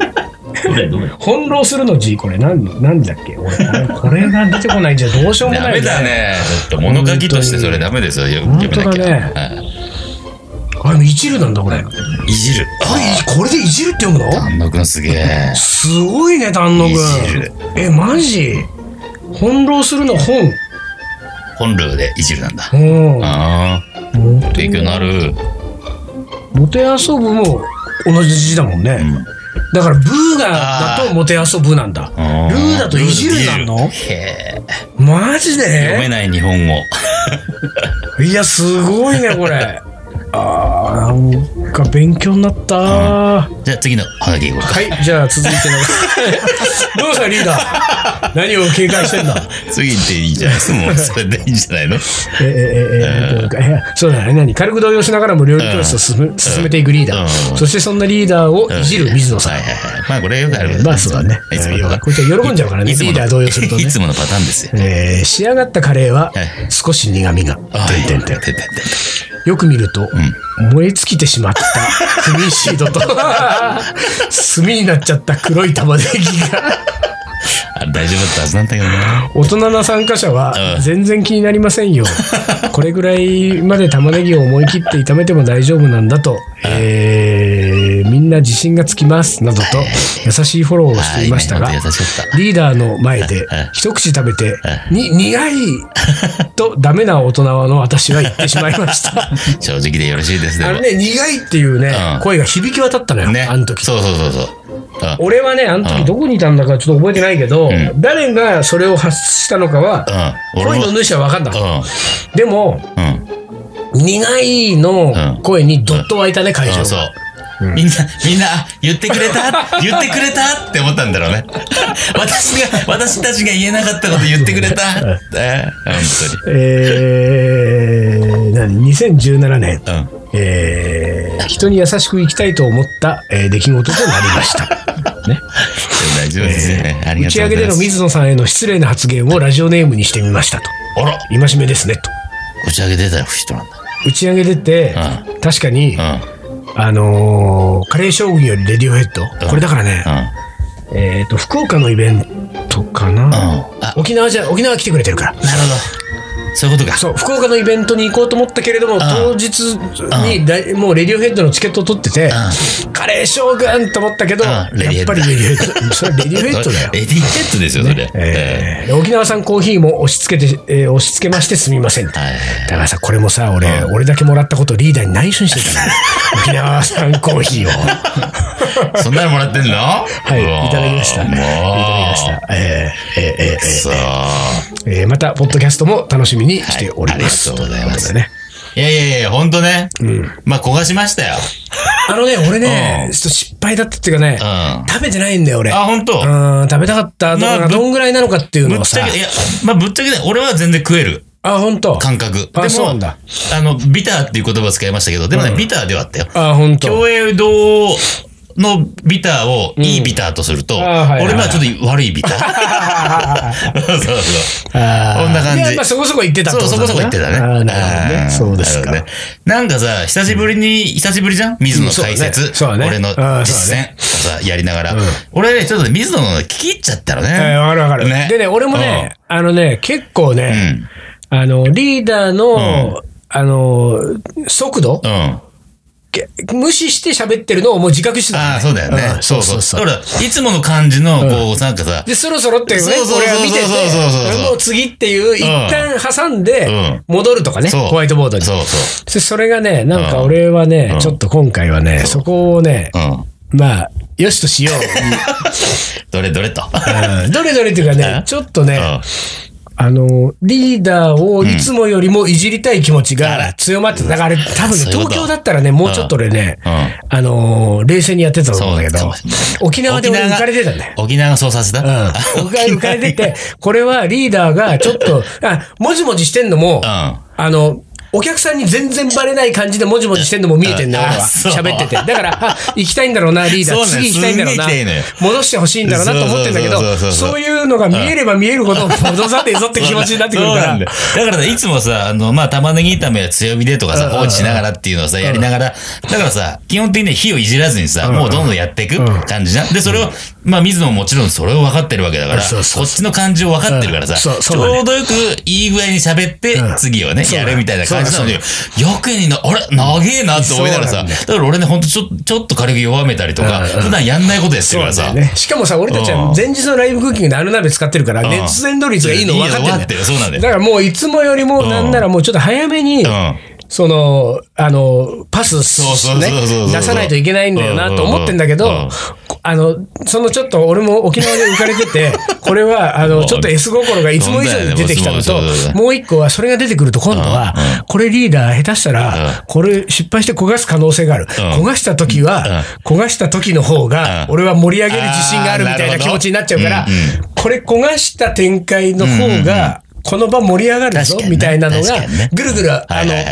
[SPEAKER 1] 翻弄するの字これなんなんだっけ俺これこれが出てこないんじゃどうしようも
[SPEAKER 2] ダ
[SPEAKER 1] ない
[SPEAKER 2] メ
[SPEAKER 1] ね
[SPEAKER 2] だね。ちょっと物書きとしてそれダメですよ。よ
[SPEAKER 1] 本
[SPEAKER 2] 読
[SPEAKER 1] 当
[SPEAKER 2] めなき
[SPEAKER 1] だね
[SPEAKER 2] ゃ。うん
[SPEAKER 1] あれいじるなんだこれこ
[SPEAKER 2] いじる。
[SPEAKER 1] れこれでいじるって読むの
[SPEAKER 2] 丹野くんすげえ。
[SPEAKER 1] すごいね、丹野くん
[SPEAKER 2] いじる。
[SPEAKER 1] え、マジ翻弄するの本。
[SPEAKER 2] 本ルでいじるなんだ。
[SPEAKER 1] うん。
[SPEAKER 2] ああ、勉強になる。
[SPEAKER 1] もてあそぶも同じ字だもんね。だから、ブーが
[SPEAKER 2] あー
[SPEAKER 1] だともてあそぶなんだ。ル
[SPEAKER 2] うん
[SPEAKER 1] ーだといじるなん
[SPEAKER 2] ルー
[SPEAKER 1] の
[SPEAKER 2] だといじるへ
[SPEAKER 1] マジ
[SPEAKER 2] え。読め
[SPEAKER 1] で
[SPEAKER 2] ない日本語。
[SPEAKER 1] いや、すごいね、こ れ。あー、なんか勉強になった。は
[SPEAKER 2] じゃあ次のハガキいこうか。
[SPEAKER 1] い、じゃあ続いての。どうしたリーダー。何を警戒してんだ
[SPEAKER 2] 次行っていいんじゃないですか。もうそれでいいんじゃないの。
[SPEAKER 1] え、え、え、え、ええ、そうだね。何軽く動揺しながらも料理教室を進め進めていくリーダ
[SPEAKER 2] う
[SPEAKER 1] ー。
[SPEAKER 2] ん
[SPEAKER 1] そしてそんなリーダーをいじる水野さん
[SPEAKER 2] はい。はいはい。まあこれよくあること
[SPEAKER 1] まあそうだね
[SPEAKER 2] いつもの
[SPEAKER 1] こいつは喜んじゃうからね
[SPEAKER 2] いつもの
[SPEAKER 1] リーダー動揺するとね
[SPEAKER 2] いつものパターンですよ。
[SPEAKER 1] えー仕上がったカレーは
[SPEAKER 2] はい
[SPEAKER 1] 少し苦味が。
[SPEAKER 2] はい
[SPEAKER 1] てんてんてんよく見ると、燃え尽きてしまったクミンシードと、炭になっちゃった黒い玉ねぎが。
[SPEAKER 2] あ大丈夫だったはずなんだけどな。
[SPEAKER 1] 大人な参加者は
[SPEAKER 2] うん
[SPEAKER 1] 全然気になりませ んよ。これぐらいまで玉ねぎを思い切って炒めても大丈夫なんだと、えーみんな自信がつきますなどと優しいフォローをしていましたが
[SPEAKER 2] あー今の本当優しかっ、た
[SPEAKER 1] リーダーの前で
[SPEAKER 2] ん
[SPEAKER 1] 一口食べて、に、苦いとダメな大人の私は言ってしまいま した。
[SPEAKER 2] 正直でよろしいですで
[SPEAKER 1] あ
[SPEAKER 2] も
[SPEAKER 1] のね、苦いっていうね
[SPEAKER 2] う、ん
[SPEAKER 1] 声が響き渡ったのよ、
[SPEAKER 2] ね。
[SPEAKER 1] あの時。
[SPEAKER 2] そうそうそうそう。うん
[SPEAKER 1] 俺はね、あの
[SPEAKER 2] う
[SPEAKER 1] 時
[SPEAKER 2] ん
[SPEAKER 1] どこにいたんだかちょっと覚えてないけど、
[SPEAKER 2] ん
[SPEAKER 1] 誰がそれを発したのかは、
[SPEAKER 2] うん。
[SPEAKER 1] 声の主は分かんなかった。
[SPEAKER 2] う
[SPEAKER 1] でも、
[SPEAKER 2] ん。うん。
[SPEAKER 1] 苦いの声にどっと湧いたね、会場
[SPEAKER 2] そ
[SPEAKER 1] が。
[SPEAKER 2] うそう。みんな、みんな、あ言ってくれた言ってくれたって思ったんだろうね。 私が、私たちが言えなかったこと言ってくれ たって。本
[SPEAKER 1] えー、何 ?2017 年、
[SPEAKER 2] 当に。うん。
[SPEAKER 1] えー、人に優しく生きたいと思った、えー出来事となりました。ね、
[SPEAKER 2] 大丈夫 ですね。あり
[SPEAKER 1] 打
[SPEAKER 2] が
[SPEAKER 1] ち
[SPEAKER 2] と
[SPEAKER 1] 上
[SPEAKER 2] うござ
[SPEAKER 1] げ
[SPEAKER 2] い
[SPEAKER 1] で
[SPEAKER 2] ま
[SPEAKER 1] の
[SPEAKER 2] す。
[SPEAKER 1] 水野さんへの失礼な発言をラジオネームにしてみましたと。
[SPEAKER 2] あら、
[SPEAKER 1] 戒めですね、と。
[SPEAKER 2] 打ち上げ出た人なんだ。
[SPEAKER 1] 打ち上げ出て、確かに、
[SPEAKER 2] う
[SPEAKER 1] あのーカレー将軍よりレディオヘッド。これだからね、
[SPEAKER 2] ん。うん。
[SPEAKER 1] えっと、福岡のイベントかな。
[SPEAKER 2] うんあ
[SPEAKER 1] 沖縄じゃ、沖縄来てくれてるから。
[SPEAKER 2] なるほど。そういうことか。
[SPEAKER 1] そう福岡のイベントに行こうと思ったけれども、当日にだいもうレディオヘッドのチケットを取ってて、カレー将軍と思ったけど、
[SPEAKER 2] うん
[SPEAKER 1] やっぱり
[SPEAKER 2] レ
[SPEAKER 1] レ
[SPEAKER 2] ディ
[SPEAKER 1] デ
[SPEAKER 2] オヘッド
[SPEAKER 1] ィオヘッド、それレディオヘッド だよ。
[SPEAKER 2] レディヘッドですよ、それ。え
[SPEAKER 1] えー沖縄産コーヒーも押し付けて、えー押し付けましてすみませんって、
[SPEAKER 2] はい
[SPEAKER 1] だからさこれもさ俺、俺だけもらったことをリーダーに内緒にしてた から沖縄産コーヒーを
[SPEAKER 2] えそんなのもらってんの
[SPEAKER 1] はいいただきましたい
[SPEAKER 2] も
[SPEAKER 1] た
[SPEAKER 2] う。
[SPEAKER 1] だきましたえーえーえーえー
[SPEAKER 2] そう。
[SPEAKER 1] えーまたポッドキャストも楽しみにしております、
[SPEAKER 2] はいありがとうございま
[SPEAKER 1] とうことで
[SPEAKER 2] す
[SPEAKER 1] ね
[SPEAKER 2] いやいやいや、ほんとね。まあ、焦がしましたよ。
[SPEAKER 1] あのね、俺ね
[SPEAKER 2] う、ん
[SPEAKER 1] ちょっと失敗だったっていうかね、
[SPEAKER 2] うん
[SPEAKER 1] 食べてないんだよ、俺。
[SPEAKER 2] あ、ほんと。
[SPEAKER 1] うん、食べたかったの
[SPEAKER 2] ま
[SPEAKER 1] が
[SPEAKER 2] あぶ
[SPEAKER 1] どんぐらいなのかっていうの
[SPEAKER 2] ぶっ
[SPEAKER 1] を
[SPEAKER 2] ち
[SPEAKER 1] さ
[SPEAKER 2] ゃ。け、いや、まあ、ぶっちゃけね、俺は全然食える。
[SPEAKER 1] あ、本当。
[SPEAKER 2] 感覚。
[SPEAKER 1] あ
[SPEAKER 2] で
[SPEAKER 1] そうなん
[SPEAKER 2] も
[SPEAKER 1] だ、
[SPEAKER 2] あの、ビターっていう言葉を使いましたけど、でもね、ビターではあったよ。
[SPEAKER 1] あ、本当。
[SPEAKER 2] 共栄堂のビターをいいビターとすると、
[SPEAKER 1] んあーはい
[SPEAKER 2] 俺のはちょっと悪いビター。 そうそうそう。
[SPEAKER 1] あー
[SPEAKER 2] こんな感じ
[SPEAKER 1] いやまあそこそこ行ってた
[SPEAKER 2] そう、そこそこ行ってたね。
[SPEAKER 1] あーなるほど
[SPEAKER 2] あー
[SPEAKER 1] ね。そうです
[SPEAKER 2] な
[SPEAKER 1] か。
[SPEAKER 2] るほどねなんかさ、久しぶりに、久しぶりじゃん水野の解
[SPEAKER 1] うん
[SPEAKER 2] 説。
[SPEAKER 1] そうだねそうだね
[SPEAKER 2] 俺の
[SPEAKER 1] うんそうだ
[SPEAKER 2] 実践をさ、やりながら。俺ね、ちょっとね水野の聞き入っちゃったのね。
[SPEAKER 1] えーわかるわかる。でね、俺もね、、あのね、結構
[SPEAKER 2] うんう
[SPEAKER 1] ね、
[SPEAKER 2] ん。
[SPEAKER 1] あの、リーダーの、あの、速度
[SPEAKER 2] うん。
[SPEAKER 1] け無視して喋ってるのをもう自覚してたのね。
[SPEAKER 2] ああ、そうだよ
[SPEAKER 1] う
[SPEAKER 2] ね。
[SPEAKER 1] ん
[SPEAKER 2] そうそうそう。だから、いつもの感じの、こう、なんかさ、
[SPEAKER 1] で、そろそろっていうね、
[SPEAKER 2] そうそうそう
[SPEAKER 1] 俺は見てて、
[SPEAKER 2] そうそうそうそうそう
[SPEAKER 1] もう次っていう、一旦挟んで、戻るとかね、
[SPEAKER 2] そう
[SPEAKER 1] ホワイトボードに。
[SPEAKER 2] そうそ
[SPEAKER 1] でそれがね、なんか
[SPEAKER 2] うん
[SPEAKER 1] 俺はね、
[SPEAKER 2] うん
[SPEAKER 1] ちょっと今回はね、そこをね、
[SPEAKER 2] う。うん。
[SPEAKER 1] まあ、よしとしよ う。
[SPEAKER 2] どれどれと。
[SPEAKER 1] うんどれどれっていうかね
[SPEAKER 2] う、ん
[SPEAKER 1] ちょっと
[SPEAKER 2] う
[SPEAKER 1] ね、
[SPEAKER 2] ん
[SPEAKER 1] あの、リーダーをいつもよりもいじりたい気持ち
[SPEAKER 2] あ
[SPEAKER 1] が
[SPEAKER 2] ら
[SPEAKER 1] 強まってた。だからあれ、多分ね、
[SPEAKER 2] そういう
[SPEAKER 1] 東
[SPEAKER 2] こと
[SPEAKER 1] 京だったらね、もうちょっと俺ね、
[SPEAKER 2] うんうん
[SPEAKER 1] あのー冷静にやってたと思うんだけど
[SPEAKER 2] そうかもしれない、
[SPEAKER 1] 沖縄で俺
[SPEAKER 2] 沖縄
[SPEAKER 1] 浮
[SPEAKER 2] が
[SPEAKER 1] かれてたね。
[SPEAKER 2] 沖縄がそうさせた
[SPEAKER 1] う ん。僕が浮かれてて、これはリーダーがちょっ と、あ、もじもじしてんのも、
[SPEAKER 2] うん
[SPEAKER 1] あの、お客さんに全然バレない感じでもじもじしてんのも見えてんだ、
[SPEAKER 2] うん
[SPEAKER 1] 俺は。
[SPEAKER 2] あそう
[SPEAKER 1] 喋ってて。だから、あ、行きたいんだろうな、リーダー。
[SPEAKER 2] そうね
[SPEAKER 1] 次行きたいんだろうな
[SPEAKER 2] すんげえ行きたいのよ。
[SPEAKER 1] 戻してほしいんだろうなと思ってんだけ
[SPEAKER 2] そうそ
[SPEAKER 1] ど、
[SPEAKER 2] うそうそう
[SPEAKER 1] そういうのが見えれば見えるほ ど、戻さねえぞって気持ちになってくるか
[SPEAKER 2] そう
[SPEAKER 1] ら
[SPEAKER 2] んだ。よだからね、いつもさ、あの、まあ、玉ねぎ炒めは強火でとかさ、放置しながらっていうのをさ、やりながら、だからさ、基本的にね火をいじらずにさ、もうどんどんやっていく感じじゃん。で、それを、まあ、水野ももちろんそれを分かってるわけだから、
[SPEAKER 1] そうそうそう
[SPEAKER 2] こっちの感じを分かってるからさ、
[SPEAKER 1] うんそう
[SPEAKER 2] ち
[SPEAKER 1] そうだね
[SPEAKER 2] ょうどよくいい具合に喋って
[SPEAKER 1] うん、
[SPEAKER 2] 次をね、
[SPEAKER 1] そうだ
[SPEAKER 2] や
[SPEAKER 1] ね
[SPEAKER 2] るみたいな感じなのに、よくにな、あれ長えなって思いながら
[SPEAKER 1] そうな
[SPEAKER 2] さ、
[SPEAKER 1] んだよ
[SPEAKER 2] だから俺ね、ほんとちょちょっと軽く弱めたりとか、
[SPEAKER 1] うんうん
[SPEAKER 2] 普段やんないことやってるからさ、
[SPEAKER 1] ね、しかもさ、俺たちは前日のライブクッキングであの鍋使ってるから、
[SPEAKER 2] ん
[SPEAKER 1] 熱伝導率がいいの分かって
[SPEAKER 2] いいの
[SPEAKER 1] る
[SPEAKER 2] 分かってるそうなんだよ
[SPEAKER 1] だからもういつもよりも、なんならもうちょっと早めに、
[SPEAKER 2] うん
[SPEAKER 1] その、あの、パス
[SPEAKER 2] そうそう
[SPEAKER 1] ね
[SPEAKER 2] そうそうそう、
[SPEAKER 1] 出さないといけないんだよなと思ってんだけ
[SPEAKER 2] うんうんう
[SPEAKER 1] ど
[SPEAKER 2] ん、
[SPEAKER 1] あの、そのちょっと俺も沖縄で浮かれて て、これは、あの、ちょっと S 心がいつも以上に出てきたの
[SPEAKER 2] そ
[SPEAKER 1] と
[SPEAKER 2] うだよねもうそうだよ、ね
[SPEAKER 1] もう一個は、それが出てくると今度は、これリーダー下手したら、これ失敗して焦がす可能性がある。焦がした時は、焦がした時の方が、
[SPEAKER 2] うん
[SPEAKER 1] 俺は盛り上げる自信があるみたいな気持ちになっちゃうから
[SPEAKER 2] あーなるほど、
[SPEAKER 1] これ焦がした展開の方が、この場盛り上がるぞ
[SPEAKER 2] 確かにね
[SPEAKER 1] みたいなのが
[SPEAKER 2] 確かにね、
[SPEAKER 1] ぐるぐる、あの
[SPEAKER 2] はいはいはい、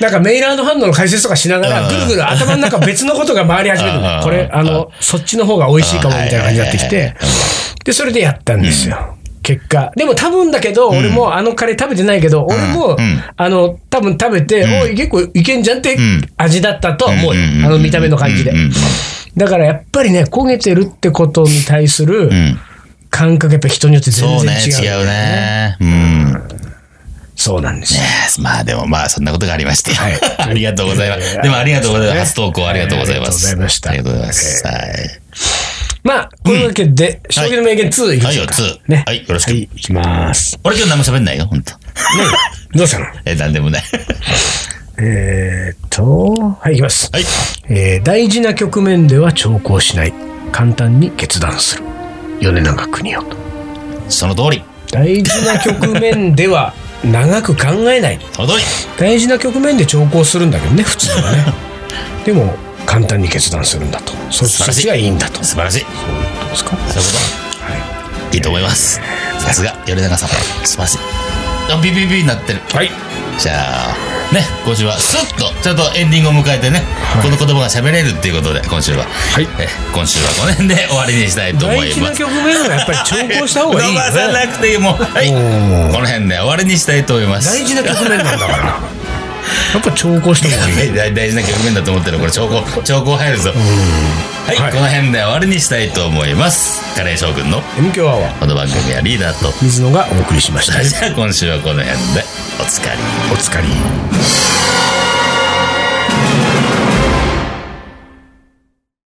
[SPEAKER 1] なんかメイラードハンドの解説とかしながら、
[SPEAKER 2] うん
[SPEAKER 1] ぐるぐる頭の中別のことが回り始める
[SPEAKER 2] う
[SPEAKER 1] の。
[SPEAKER 2] ん
[SPEAKER 1] これ、あの、そっちの方が美味しいかもみたいな感じになってき
[SPEAKER 2] うんはい
[SPEAKER 1] て
[SPEAKER 2] は、
[SPEAKER 1] で、それでやったんですよ。結果。でも多分だけど、俺もあのカレー食べてないけど、俺も
[SPEAKER 2] うん、
[SPEAKER 1] あの、多分食べて、おい、結構いけんじゃんって
[SPEAKER 2] ん
[SPEAKER 1] 味だったとは思うよ
[SPEAKER 2] うんうんうんうん
[SPEAKER 1] あの見た目の感じで
[SPEAKER 2] うんうんうん。
[SPEAKER 1] だからやっぱりね、焦げてるってことに対する
[SPEAKER 2] ん
[SPEAKER 1] 感覚、やっぱ人によって
[SPEAKER 2] そ
[SPEAKER 1] 全
[SPEAKER 2] うね、
[SPEAKER 1] 然違う。
[SPEAKER 2] 違う。ね。うん。
[SPEAKER 1] そうなんですよ。
[SPEAKER 2] Yes まあでもまあそんなことがありまして。
[SPEAKER 1] はい
[SPEAKER 2] ありがとうございま
[SPEAKER 1] いやいやい
[SPEAKER 2] す。
[SPEAKER 1] や
[SPEAKER 2] でもありがとうございます。初
[SPEAKER 1] そうですね
[SPEAKER 2] 投稿ありがとうございます。
[SPEAKER 1] ありがとうございました
[SPEAKER 2] ありがとうございます。
[SPEAKER 1] まあ、こういうわけで、将棋の名言2いきましょうか。
[SPEAKER 2] はいはい
[SPEAKER 1] ね。
[SPEAKER 2] はいよろしく
[SPEAKER 1] はい、いきます。ね
[SPEAKER 2] 俺今日何も喋んないよ、本当。
[SPEAKER 1] どうしたの
[SPEAKER 2] え、なんでもない。
[SPEAKER 1] えーっと、はい、いきます。
[SPEAKER 2] はい。
[SPEAKER 1] えー大事な局面では長考しない。簡単に決断する。米長邦夫。
[SPEAKER 2] その通り。
[SPEAKER 1] 大事な局面では長く考えない。
[SPEAKER 2] その通り。
[SPEAKER 1] 大事な局面で長考するんだけどね、普通 はね。でも、簡単に決断するんだと。そ
[SPEAKER 2] 素晴らしい
[SPEAKER 1] っちがいいんだと。
[SPEAKER 2] 素晴らしい。
[SPEAKER 1] そういうことですか
[SPEAKER 2] そういうこと。いいと思います。さすが、米長さん。素晴らしい。あ、ビビビになってる。
[SPEAKER 1] はい。
[SPEAKER 2] じゃあ、ね、今週はスッと、ちょっとエンディングを迎えてね、この言葉が喋れるっていうことで、今週は。
[SPEAKER 1] い
[SPEAKER 2] え今週はこの辺で終わりにしたいと思いま
[SPEAKER 1] 大
[SPEAKER 2] す
[SPEAKER 1] 事。な局面はやっぱり 長考した方がいい
[SPEAKER 2] 伸
[SPEAKER 1] よ
[SPEAKER 2] ばさ
[SPEAKER 1] ね。
[SPEAKER 2] なくていいもうはい
[SPEAKER 1] うん
[SPEAKER 2] この辺で終わりにしたいと思います
[SPEAKER 1] 大事な局面なんだから。やっぱ長考した方がいい。
[SPEAKER 2] 大大大事な局面だと思ってるこれ兆候兆候入るぞはい、
[SPEAKER 1] はい
[SPEAKER 2] この辺で終わりにしたいと思いますカレー将軍の
[SPEAKER 1] M 強アワー
[SPEAKER 2] この番組はリーダーと
[SPEAKER 1] 水野がお送りしました。
[SPEAKER 2] じゃあ今週はこの辺で
[SPEAKER 3] お疲れ。
[SPEAKER 1] お疲れ。